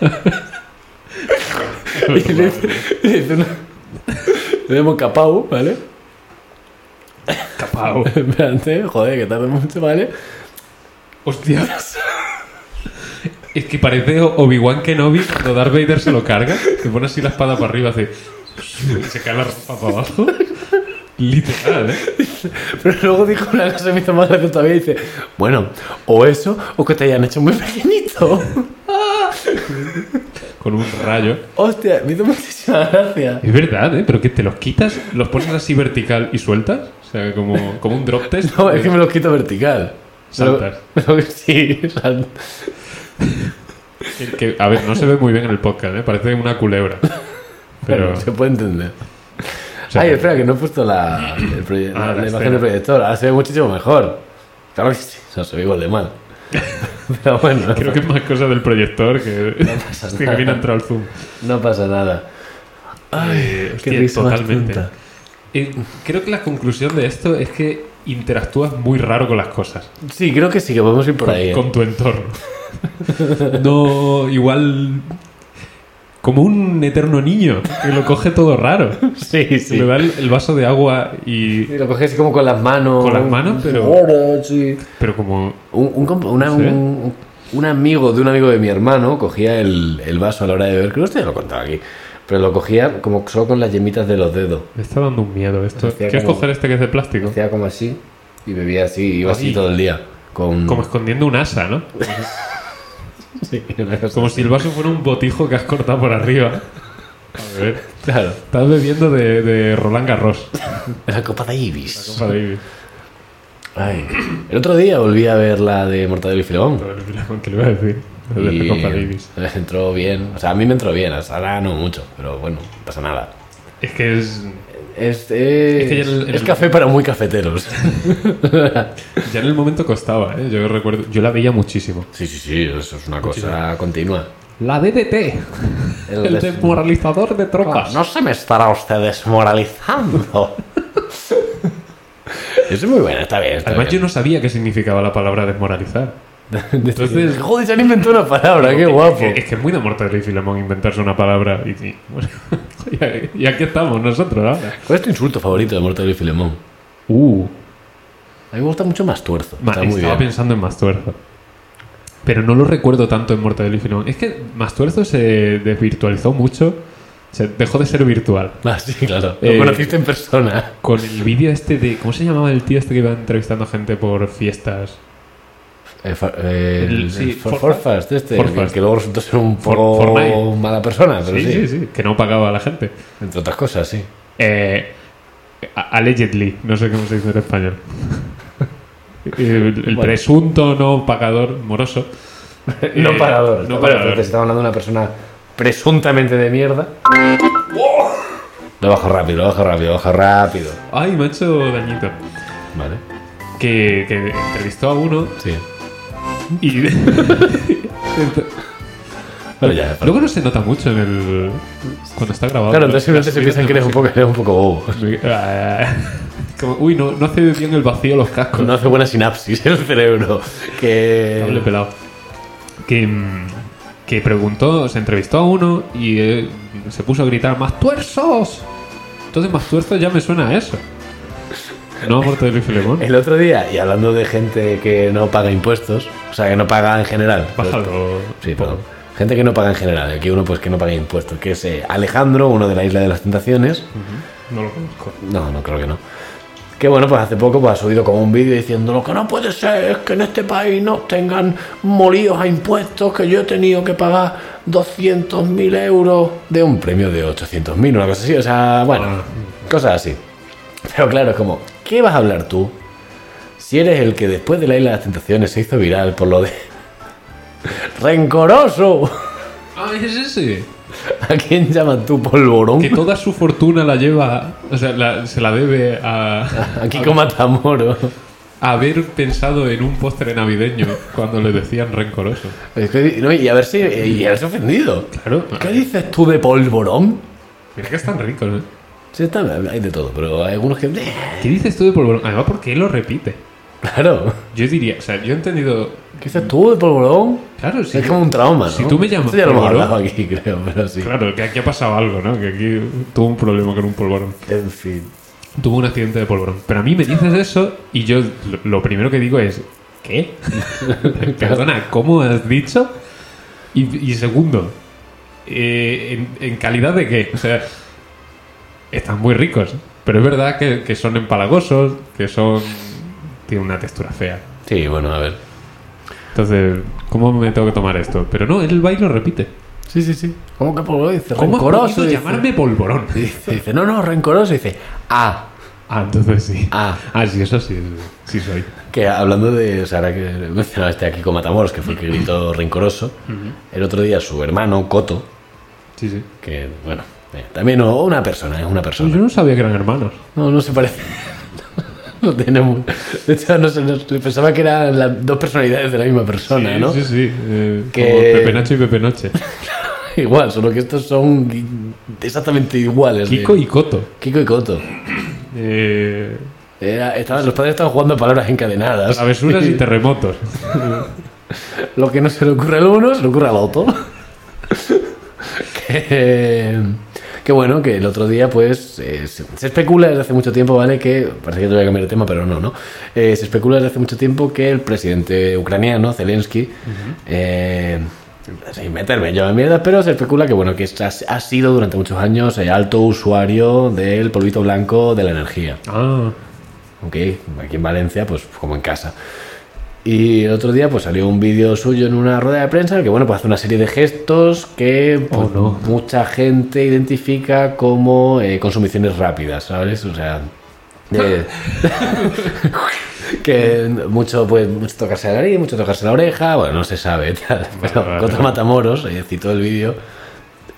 y le dice, le dice una... Le llamo capau, ¿vale?
Capao.
Espérate, joder, que tarda mucho, ¿vale?
Hostia. Es que parece Obi-Wan Kenobi cuando Darth Vader se lo carga, que pone así la espada para arriba, hace. y se cae la ropa para abajo. Literal, ¿eh?
Pero luego dijo una cosa que me hizo más gracia todavía y dice, bueno, o eso, o que te hayan hecho muy pequeñito.
Con un rayo.
Hostia, me hizo muchísima gracia.
Es verdad, ¿eh? Pero que te los quitas, los pones así vertical y sueltas. O sea, como, como un drop test.
No, es que me los quito vertical.
Saltas.
Lo- lo- sí, sal-
Que- que, a ver, no se ve muy bien en el podcast, ¿eh? Parece una culebra. Pero.
se puede entender.
o sea,
Ay, espera, que no he puesto la, el proye-
Ah,
la-
la
la imagen
escena.
del proyector. Ahora se ve muchísimo mejor. Claro que sí, o sea, se ve igual de mal. Pero bueno,
Creo que es más cosa del proyector que.
pasa
Hostia,
nada.
que bien ha entrado el zoom.
no pasa nada. Ay,
Eh,
qué
hostia,
risa más
totalmente.
tonta.
Eh, creo que la conclusión de esto es que interactúas muy raro con las cosas,
Sí, creo que sí, que podemos ir por ahí. ¿eh?
con tu entorno. no, igual. Como un eterno niño que lo coge todo raro.
Sí, sí.
Le da el, el vaso de agua y.
Y lo coges como con las manos.
Con las manos, pero-
Ahora, sí.
Pero como.
Un, un comp- una-
Sí.
un- un amigo de un amigo de mi hermano cogía el, el vaso a la hora de beber. Creo que usted lo contaba aquí. Pero lo cogía como solo con las yemitas de los dedos.
Me está dando un miedo esto.
Hacía
¿Quieres
como-
coger este que es de plástico?
Hacía como así y bebía así. Iba así
Así.
todo el día. Con...
Como escondiendo un asa, ¿no?
Sí, una cosa
Como
así.
si el vaso fuera un botijo que has cortado por arriba. A ver.
Claro.
Estás bebiendo de, de Roland Garros.
La copa de Ibis.
Para ir-
Ay. El otro día volví a ver la de Mortadelo y Filemón.
Pero mira, ¿Qué le voy a decir? Desde
Y
Copa Davis.
les entró bien. O sea, a mí me entró bien. Ahora no mucho, pero bueno, no pasa nada.
Es que es.
Es, es-
Es que ya el-
es
el-
café para muy cafeteros.
Ya en el momento costaba, ¿eh? Yo recuerdo. Yo la veía muchísimo.
sí, sí, sí, eso es una cosa continua.
La DDT.
El des-
desmoralizador de tropas.
Ah, No se me estará usted desmoralizando. eso es muy bueno, está bien. Está
Además, yo
bien.
no sabía qué significaba la palabra desmoralizar. Entonces.
Joder, se han inventado una palabra, qué
es que-
guapo.
Es que es muy de Mortadelo y Filemón inventarse una palabra. Y, y- bueno, y- y aquí estamos nosotros ahora.
¿Cuál es tu insulto favorito de Mortadelo y Filemón?
Uh.
A mí me gusta mucho más tuerzo.
Ma-
está muy
estaba
bien.
pensando en Mastuerzo. Pero no lo recuerdo tanto en Mortadelo y Filemón. Es que Mastuerzo se desvirtualizó mucho. Se dejó de ser virtual.
Ah, sí, claro.
Eh,
Lo conociste en persona.
Con el vídeo este de... ¿Cómo se llamaba el tío este que iba entrevistando gente por fiestas?
Eh, fa- eh,
El-
el-
sí,
el For-
Forfast.
Forfast, este,
Forfast.
que- que luego resultó ser un
For-
poco
Fortnite.
mala persona, pero sí,
Que no pagaba a la gente.
entre otras cosas, sí.
Eh, a- allegedly. No sé cómo se dice en español. Eh, El, el
Bueno.
presunto no pagador moroso. Eh,
no parador.
No
Bueno,
pagador.
Entonces estaba hablando de una persona presuntamente de mierda. Lo bajo rápido, lo bajo rápido, lo bajo rápido.
Ay, me ha hecho dañito.
Vale,
Que, que entrevistó a uno
sí.
y...
Bueno, ya. para-
Luego no se nota mucho en el... Cuando está grabado.
Claro, entonces
Las
simplemente se
subidas
piensan
de
que eres un
música.
poco, eres un poco bobo.
Ah, como, uy, no, no hace bien el vacío los cascos.
No hace buena sinapsis el cerebro.
Cable
Que.
pelado. Que, mm, que preguntó, se entrevistó a uno y eh, se puso a gritar ¡Más tuerzos! Entonces, más tuerzos ya me suena a eso. No, muerto de Luis Filemón.
El otro día, y hablando de gente que no paga impuestos, o sea, que no paga en general.
Bájalo.
Sí, perdón. Gente que no paga en general. Aquí uno pues que no paga impuestos. Que es eh, Alejandro, uno de la Isla de las Tentaciones.
No lo conozco.
No, no creo que no. Que bueno, pues hace poco pues, ha subido como un vídeo diciendo lo que no puede ser es que en este país nos tengan molidos a impuestos que yo he tenido que pagar 200.000 euros de un premio de 800.000, una cosa así. O sea, bueno, cosas así. Pero claro, es como, ¿qué vas a hablar tú si eres el que después de la Isla de las Tentaciones se hizo viral por lo de... ¡Rencoroso!
Ah, es ese.
¿A quién llamas tú polvorón?
Que toda su fortuna la lleva, o sea, la- se la debe a,
A Kiko Matamoro.
a haber pensado en un postre navideño cuando le decían rencoroso.
Es que- no, y haberse, y haberse ofendido.
Claro.
¿Qué dices tú de polvorón?
Mira que están ricos, ¿eh?
Sí, está, hay de todo, pero hay algunos que...
¿Qué dices tú de polvorón? Además, porque él lo repite.
Claro.
Yo diría, o sea, yo he entendido.
¿Qué dices tú de polvorón?
Claro, sí.
es como un trauma, ¿no?
si tú me llamas
Esto ya lo hemos
polvorón-
hablado aquí, creo, pero sí.
Claro, que aquí ha pasado algo, ¿no? Que aquí tuvo un problema con un polvorón.
En fin.
Tuvo un accidente de polvorón. Pero a mí me dices eso y yo lo- lo primero que digo es. ¿Qué? Perdona, ¿cómo has dicho? Y, y segundo, eh, en, en calidad de qué? O sea, están muy ricos, pero es verdad que, que son empalagosos, que son. tienen una textura fea.
Sí, bueno, a ver.
Entonces, ¿cómo me tengo que tomar esto? Pero no, el baile lo repite.
Sí, sí, sí. ¿Cómo que polvo? Dice,
¿Cómo has
rencoroso.
podido
Dice,
llamarme polvorón?
dice, dice, no, no, rencoroso. Dice, ah,
Ah, entonces sí.
Ah.
sí, eso sí, sí soy.
Que hablando de. O sea, ahora que mencionaba este aquí con Matamoros, que fue el que gritó rencoroso, el otro día su hermano, Coto,
Sí, sí.
que, bueno, eh, también o una persona, es una
Yo
persona.
no sabía que eran hermanos.
No, no se parece. No tenemos. De hecho, no sé, no- pensaba que eran las dos personalidades de la misma persona,
sí,
¿no?
Sí, sí. eh,
Que-
Como Pepe Nacho y Pepe Noche.
Igual, solo que estos son i- exactamente iguales. de-
Kiko y Coto.
Kiko y Coto.
Eh,
Era- estaban- los padres estaban jugando a palabras encadenadas.
travesuras y terremotos.
Lo que no se le ocurre al uno, se le ocurre al otro. que, que bueno, que el otro día, pues, eh, se, se especula desde hace mucho tiempo, ¿vale? Que, parece que te voy a cambiar de tema, pero no, ¿no? Eh, se especula desde hace mucho tiempo que el presidente ucraniano, Zelensky, eh, sin meterme yo en mierda, pero se especula que, bueno, que es- ha, ha sido durante muchos años eh, alto usuario del polvito blanco de la energía.
Ah,
Ok, aquí en Valencia, pues como en casa. Y el otro día pues salió un vídeo suyo en una rueda de prensa en el que bueno, pues hace una serie de gestos que pues,
Oh, no.
mucha gente identifica como eh, consumiciones rápidas, ¿sabes? O sea, de- que mucho pues mucho tocarse la nariz, mucho tocarse la oreja, bueno, no se sabe, tal. Pero
vale,
Cota
vale.
Matamoros eh, citó el vídeo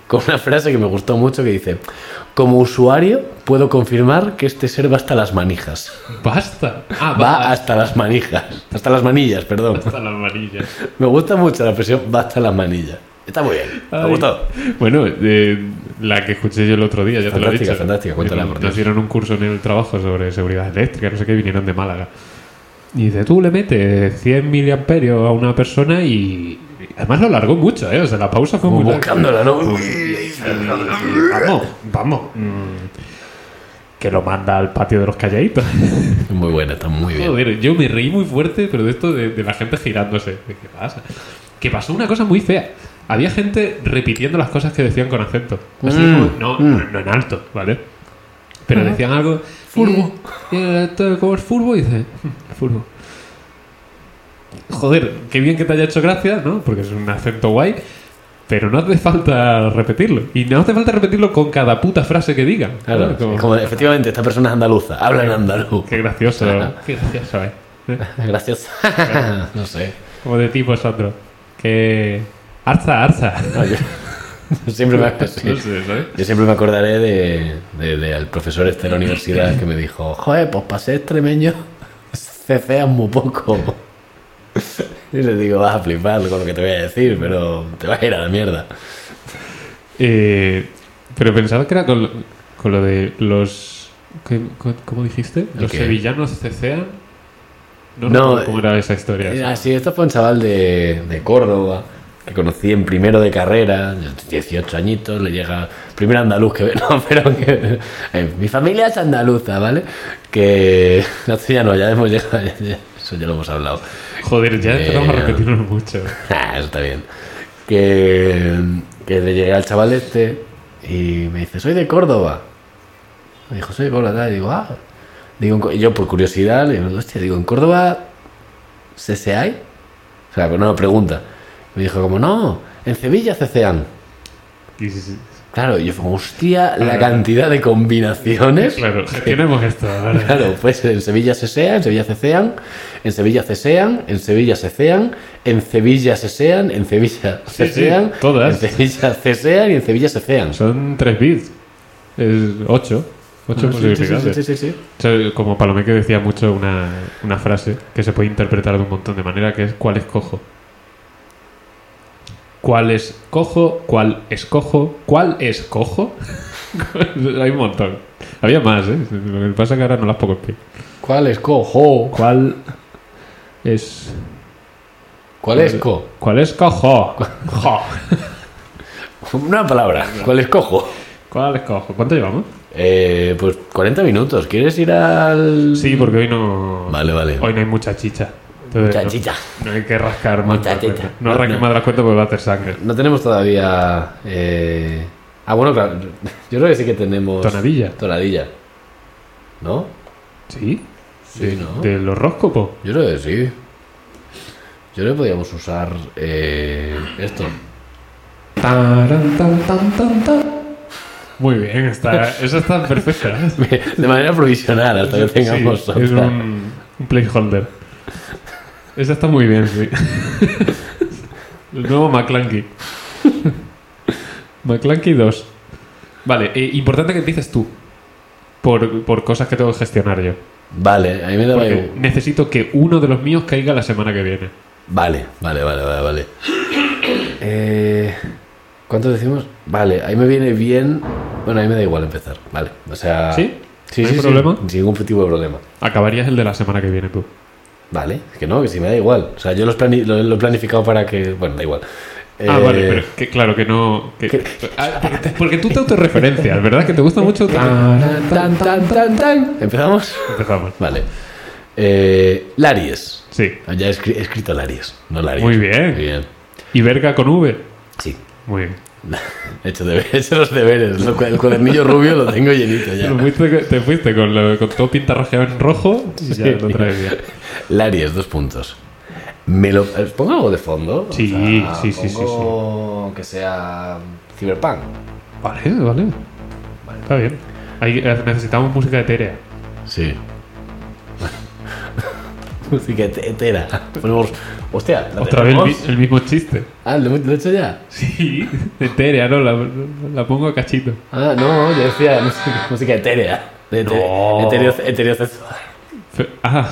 con una frase que me gustó mucho que dice, como usuario puedo confirmar que este ser va hasta las manijas.
basta. Ah,
Va hasta las manijas. Hasta las manillas, perdón.
hasta la amarilla.
Me gusta mucho la expresión va hasta las manillas. Está muy bien. Me ha
Ay.
gustado.
Bueno, eh, la que escuché yo el otro día, ya te lo he
Fantástica,
dicho.
fantástica, cuéntala,
Eh,
por Dios.
Nos dieron un curso en el trabajo sobre seguridad eléctrica, no sé qué, y vinieron de Málaga. Y dice, tú le metes 100 miliamperios a una persona y... y Además lo alargó mucho, ¿eh? O sea, la pausa fue muy larga.
Buscándola, ¿no? Uy,
Vamos, vamos. mm, Que lo manda al patio de los calladitos.
Muy buena, está muy bien.
Joder, yo me reí muy fuerte, pero de esto de, de la gente girándose. De, ¿Qué pasa? Que pasó una cosa muy fea. Había gente repitiendo las cosas que decían con acento. Así
Mm,
como- no, no, no en alto, ¿vale? Pero decían algo. Furbo. ¿Cómo es furbo? Y dice, "Mm, furbo. Joder, qué bien que te haya hecho gracia, ¿no? Porque es un acento guay. Pero no hace falta repetirlo. Y no hace falta repetirlo con cada puta frase que digan.
Claro,
¿no? Como,
como, efectivamente, esta persona es andaluza. Habla en andaluz.
Qué gracioso. qué gracioso, eh.
Gracias. no sé.
Como de ti vosotros. Que. Arza, arza.
No, yo- yo siempre me, sí.
No sé, ¿sabes?
Yo siempre me acordaré de, de- de- del profesor este de la universidad que me dijo, joder, pues para ser extremeño ceceas muy poco. Y le digo, vas a flipar con lo que te voy a decir, pero te vas a ir a la mierda.
Eh, pero pensaba que era con lo, con lo de los. ¿qué- co- ¿Cómo dijiste? Los
qué?
sevillanos cecean. No,
No,
recuerdo cómo era esa historia.
Eh, Así, esto fue un chaval de, de Córdoba que conocí en primero de carrera, 18 añitos, le llega, primer andaluz que ve, no, pero que, eh, mi familia es andaluza, ¿vale? Que, no, esto ya no, ya hemos llegado, ya- ya- eso ya lo hemos hablado.
Joder, ya empezamos
Eh,
a repetirnos mucho.
Ah, eso está bien. Que, que le llegué al chaval este y me dice, soy de Córdoba. Me dijo, soy de Córdoba. tal. Y digo, ah. Digo, en Co- y yo por curiosidad le digo, hostia, digo, ¿en Córdoba CCI? O sea, pues no, pregunta. Me dijo, como no, en Sevilla CCAN.
Y sí, sí.
Claro, y yo fue, hostia, la
Claro.
cantidad de combinaciones.
Claro, gestionemos esto ahora.
Claro, pues en Sevilla se sean, en Sevilla cecean, en Sevilla cesean, en Sevilla cesean, en Sevilla cesean, en Sevilla
Sí, sí,
cesean,
todas.
en Sevilla cesean y en Sevilla cesean.
Son tres bits. Es ocho. Ocho
Ah, Sí, sí,
posibilidades.
sí, sí, sí.
O sea, Como Palomeque decía mucho una, una frase que se puede interpretar de un montón de maneras, que es cuál escojo. ¿Cuál escojo? ¿Cuál escojo? ¿Cuál escojo? Hay un montón. Había más, ¿eh? Lo que pasa es que ahora no las puedo explicar.
¿Cuál es cojo?
¿Cuál es...
¿Cuál es co?
¿Cuál escojo? Jo.
Una palabra, ¿cuál es cojo?
¿Cuál escojo? ¿Cuánto llevamos?
Eh, pues 40 minutos, ¿quieres ir al...?
Sí, porque hoy no...
Vale, vale.
Hoy no hay mucha chicha. Entonces, no-
Muchachita.
No, hay que rascar más. las
Muchachita.
cuerdas. No rasques
No.
más las cuentas porque va a hacer sangre.
No tenemos todavía. eh, Ah, bueno, claro. Yo creo que sí que tenemos.
Tonadilla.
Tonadilla. ¿No?
¿Sí?
Sí, ¿no?
¿Del horóscopo?
Yo creo que sí. Yo creo que podíamos usar eh, esto.
Taran, tan, tan, tan, tan. Muy bien, está, esa está perfecta. ¿eh?
De manera provisional, hasta que tengamos
Sí,
otra.
es un, un placeholder. Esa está muy bien, sí. El nuevo McClanky. McClanky 2. Vale, eh, importante que empieces tú. Por, por cosas que tengo que gestionar yo.
Vale, a mí me daba
Porque
igual.
necesito que uno de los míos caiga la semana que viene.
Vale, vale, vale, vale, vale. Eh, ¿Cuánto decimos? Vale, ahí me viene bien. Bueno, a mí me da igual empezar. Vale, o sea.
¿Sí?
Sí,
¿No hay
sí, sí,
problema?
Sin ningún tipo de problema.
Acabarías el de la semana que viene tú.
Vale, que no, que sí me da igual. O sea, yo los plani- lo, lo he planificado para que. Bueno, da igual.
Ah,
Eh,
vale, pero que, claro que no. que- Ah, porque, porque tú te autorreferencias, ¿verdad? Que te gusta mucho.
Tan, tan, tan, tan, tan. ¿Empezamos?
Empezamos.
Vale. Eh, Laries.
Sí.
Ah, Ya he, escri- he escrito Laries, no Laries.
Muy bien.
Muy bien.
Y verga con V.
Sí.
Muy bien.
He hecho, debe- he hecho los deberes. Lo cu- El cuadernillo rubio lo tengo llenito ya.
Te fuiste, te fuiste con, lo- con todo pintarrajeado en rojo y ya lo traes bien.
Laries, dos puntos. Me lo, eh, ¿Pongo algo de fondo?
Sí, sí, sí, sí,
pongo Que sea Cyberpunk.
Vale, vale. Está bien. Ahí, eh, necesitamos música de Terea.
Sí. Música et- etera. Ponemos. Hostia, ¿la
Otra vez el,
tenemos?
mi- el mismo chiste.
Ah, ¿lo, lo he hecho ya.
Sí, de Terea, ¿no? La, la pongo a cachito.
Ah, no, yo decía música, música etérea. De ete-
No.
etéreo- etereosexual.
Fe- Ah,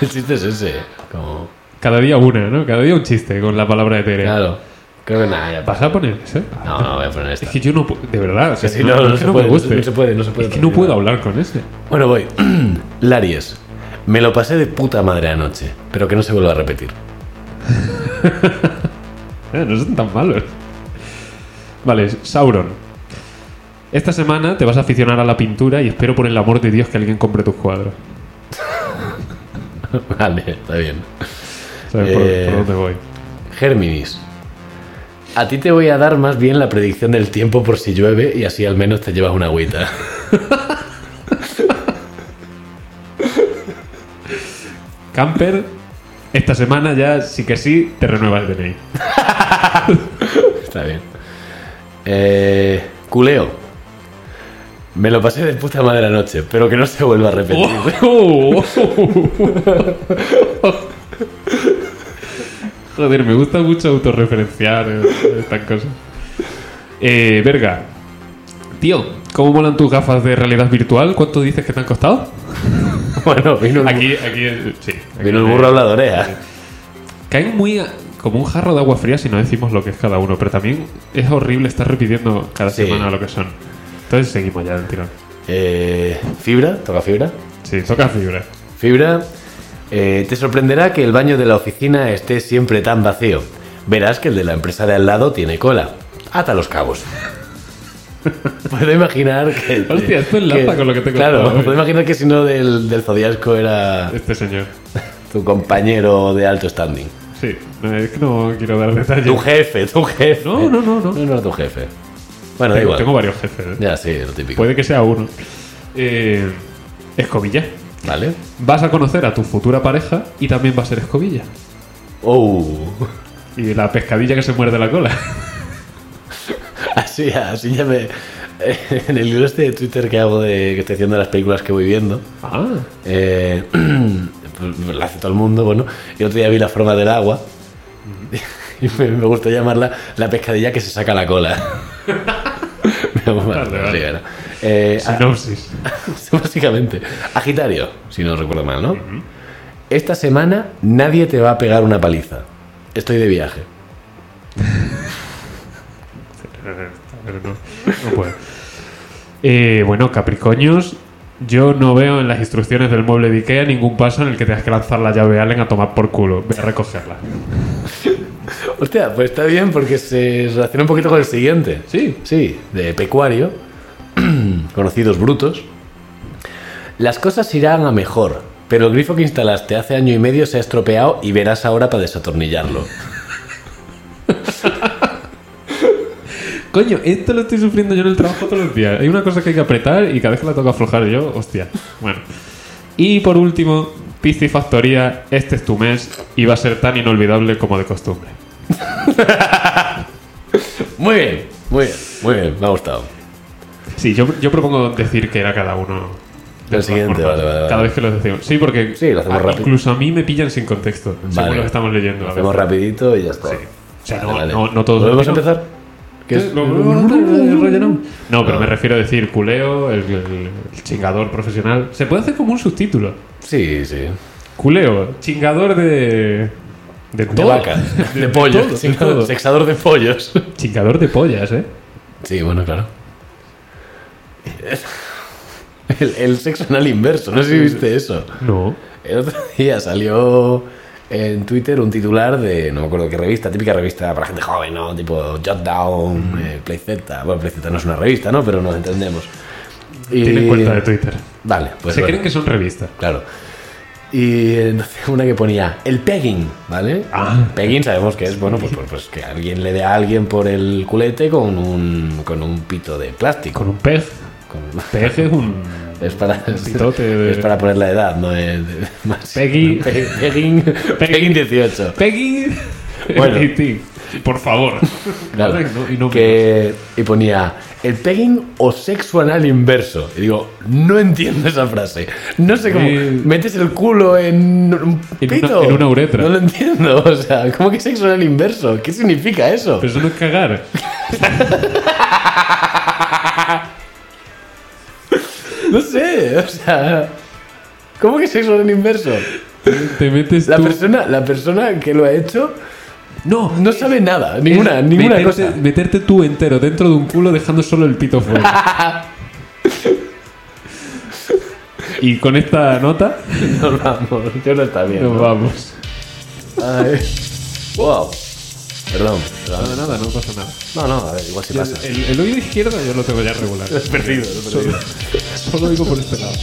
El chiste es ese. Como.
cada día una, ¿no? Cada día un chiste con la palabra de Terea.
Claro. Creo que nada, ya
¿Vas
pasa.
a poner ese?
No, no, voy a poner
Es
esta.
que yo no puedo, de verdad, o sea,
Sí,
no,
no,
no
no
es que
se
no
puede,
me guste.
no se puede, no se puede
Es que no
terminar.
puedo hablar con este. ese.
Bueno, voy. Laries. Me lo pasé de puta madre anoche, pero que no se vuelva a repetir.
Eh, no son tan malos. Vale, Sauron. Esta semana te vas a aficionar a la pintura y espero por el amor de Dios que alguien compre tus cuadros.
vale, está bien.
¿Sabes por,
Eh.
por dónde voy?
Géminis. A ti te voy a dar más bien la predicción del tiempo por si llueve y así al menos te llevas una agüita.
Camper, esta semana ya sí que sí te renuevas el DNI.
Está bien. Eh, culeo. Me lo pasé de puta madre anoche, pero que no se vuelva a repetir.
¡Oh! Joder, me gusta mucho autorreferenciar eh, estas cosas. Eh, verga. Tío, ¿cómo molan tus gafas de realidad virtual? ¿Cuánto dices que te han costado?
bueno, vino el,
Aquí, aquí, eh, sí.
bu- vino el burro hablador, ¿eh?
Caen muy a- como un jarro de agua fría si no decimos lo que es cada uno, pero también es horrible estar repitiendo cada
Sí.
semana lo que son. Entonces seguimos ya del tirón.
Eh, Fibra, toca fibra.
Sí, toca fibra.
Fibra, eh, te sorprenderá que el baño de la oficina esté siempre tan vacío. Verás que el de la empresa de al lado tiene cola. Ata los cabos. puedo imaginar que.
Hostia, esto enlaza con lo que te he
Claro,
contado, eh.
puedo imaginar que si no del, del Zodiasco era
Este señor.
tu compañero de alto standing.
Sí, no, es que no quiero dar
Tu
detalles.
jefe, tu jefe.
No, no, no, no.
No, no, tu jefe. Bueno, da
Tengo,
igual.
tengo varios jefes. ¿eh?
Ya, sí, lo típico.
Puede que sea uno. Eh, escobilla.
Vale.
Vas a conocer a tu futura pareja y también va a ser escobilla.
Oh.
Y la pescadilla que se muerde la cola.
Así, así ya me. En el libro este de Twitter que hago de que estoy haciendo las películas que voy viendo,
Ah,
eh, pues, la hace todo el mundo, bueno. Y otro día vi la forma del agua. Y me, me gustó llamarla la pescadilla que se saca la cola. Pero bueno,
Vale, vale.
sí, bueno. Eh, a-
sinopsis.
básicamente. Agitario, si no recuerdo mal, ¿no? Esta semana nadie te va a pegar una paliza. Estoy de viaje.
Pero no, no puedo. Eh, bueno, Capricornios, yo no veo en las instrucciones del mueble de Ikea ningún paso en el que tengas que lanzar la llave Allen a tomar por culo. Ve a recogerla.
Hostia, pues está bien porque se relaciona un poquito con el siguiente.
Sí.
Sí, de pecuario, conocidos brutos. Las cosas irán a mejor, Pero el grifo que instalaste hace año y medio se ha estropeado y verás ahora para desatornillarlo.
Coño, esto lo estoy sufriendo yo en el trabajo todos los días. Hay una cosa que hay que apretar y cada vez que la toca aflojar yo, hostia. Bueno. Y por último, Pizzi Factoría, este es tu mes y va a ser tan inolvidable como de costumbre.
Muy bien, muy bien, muy bien, me ha gustado.
Sí, yo, yo propongo decir que era cada uno. de
El
todas
siguiente,
formas.
vale, vale, vale.
Cada vez que lo decimos. Sí, porque
Sí, lo hacemos
a-
rápido.
incluso a mí me pillan sin contexto,
Vale.
según lo que estamos leyendo. a
Hacemos
veces.
rapidito y ya está.
O sea, no,
Vale, vale.
no, no todos.
¿Volvemos a
decimos-
empezar? ¿Qué es?
No, pero
No.
me refiero a decir culeo, el, el- el chingador profesional. Se puede hacer como un subtítulo.
Sí, sí.
Culeo, chingador de. De,
De
todo.
vaca, de, pollos,
todo, de
sexador-
todo.
sexador de pollos.
Chingador de pollas, ¿eh?
Sí, bueno, claro. El, el sexo anal inverso, no sé si viste eso.
No.
El otro día salió en Twitter un titular de, no me acuerdo qué revista, típica revista para gente joven, ¿no? Tipo
Mm.
Jotdown, eh, PlayZ. Bueno, PlayZ no es una revista, ¿no? Pero nos entendemos. Y-
Tienen cuenta de Twitter.
Vale, Eh, pues
Se
bueno.
creen que son revistas.
Claro. Y entonces una que ponía el pegging, ¿vale?
Ah.
Pegging sabemos que es, bueno, pues, pues, pues que alguien le dé a alguien por el culete con un, con un pito de plástico.
Con un pez.
Con-
Pez es un.
es para,
pitote de-
es para poner la edad, ¿no? Es de- más-
Peggy.
Pe- pegging, pegging 18.
Peggy.
Bueno.
Haití. Por favor.
Claro.
Ahora no- y no
que, y ponía el pegging o sexo anal inverso. Y digo, no entiendo esa frase. No sé cómo.
Eh,
metes el culo en un
En una-
pito.
en una uretra.
No lo entiendo. O sea, ¿cómo que sexo anal inverso? ¿Qué significa eso?
Pero eso no es cagar.
No sé. O sea, ¿cómo que sexo anal inverso?
Te metes
La
tú.
persona, la persona que lo ha hecho
No,
no sabe nada. Ninguna,
Es
ninguna
meterte,
cosa.
Meterte tú entero dentro de un culo dejando solo el pito fuera. y con esta nota
Nos vamos. Yo no está bien.
nos vamos.
Ay. Wow. Perdón. perdón.
nada, no pasa nada.
No, no, a ver, igual si pasa.
El, el oído izquierdo yo lo tengo ya regular. perdido, perdido. Solo digo por este lado.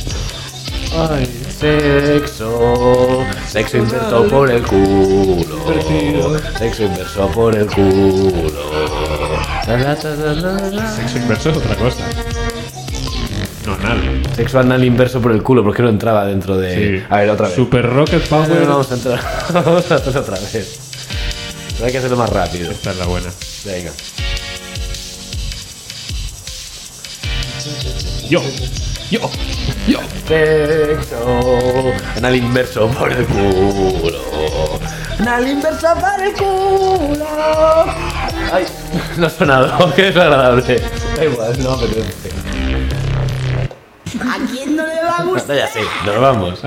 Sexo, sexo inverso por el culo.
Invertido.
Sexo inverso por el culo. La, la, la, la, la, la.
Sexo inverso es otra cosa. No, nada.
Sexo anal inverso por el culo, porque no entraba dentro de. A ver, otra vez.
Super Rocket Power.
No, no, no, vamos a entrar. Vamos a hacerlo otra vez. Pero hay que hacerlo más rápido.
Esta es la buena.
Venga.
Yo, yo, yo.
Sexo anal inverso por el culo. Anal inverso por el culo. Ay, no ha sonado, que desagradable. Da igual, no me apetece.
¿A quién no le va a
Hasta
gustar?
ya sí, nos vamos.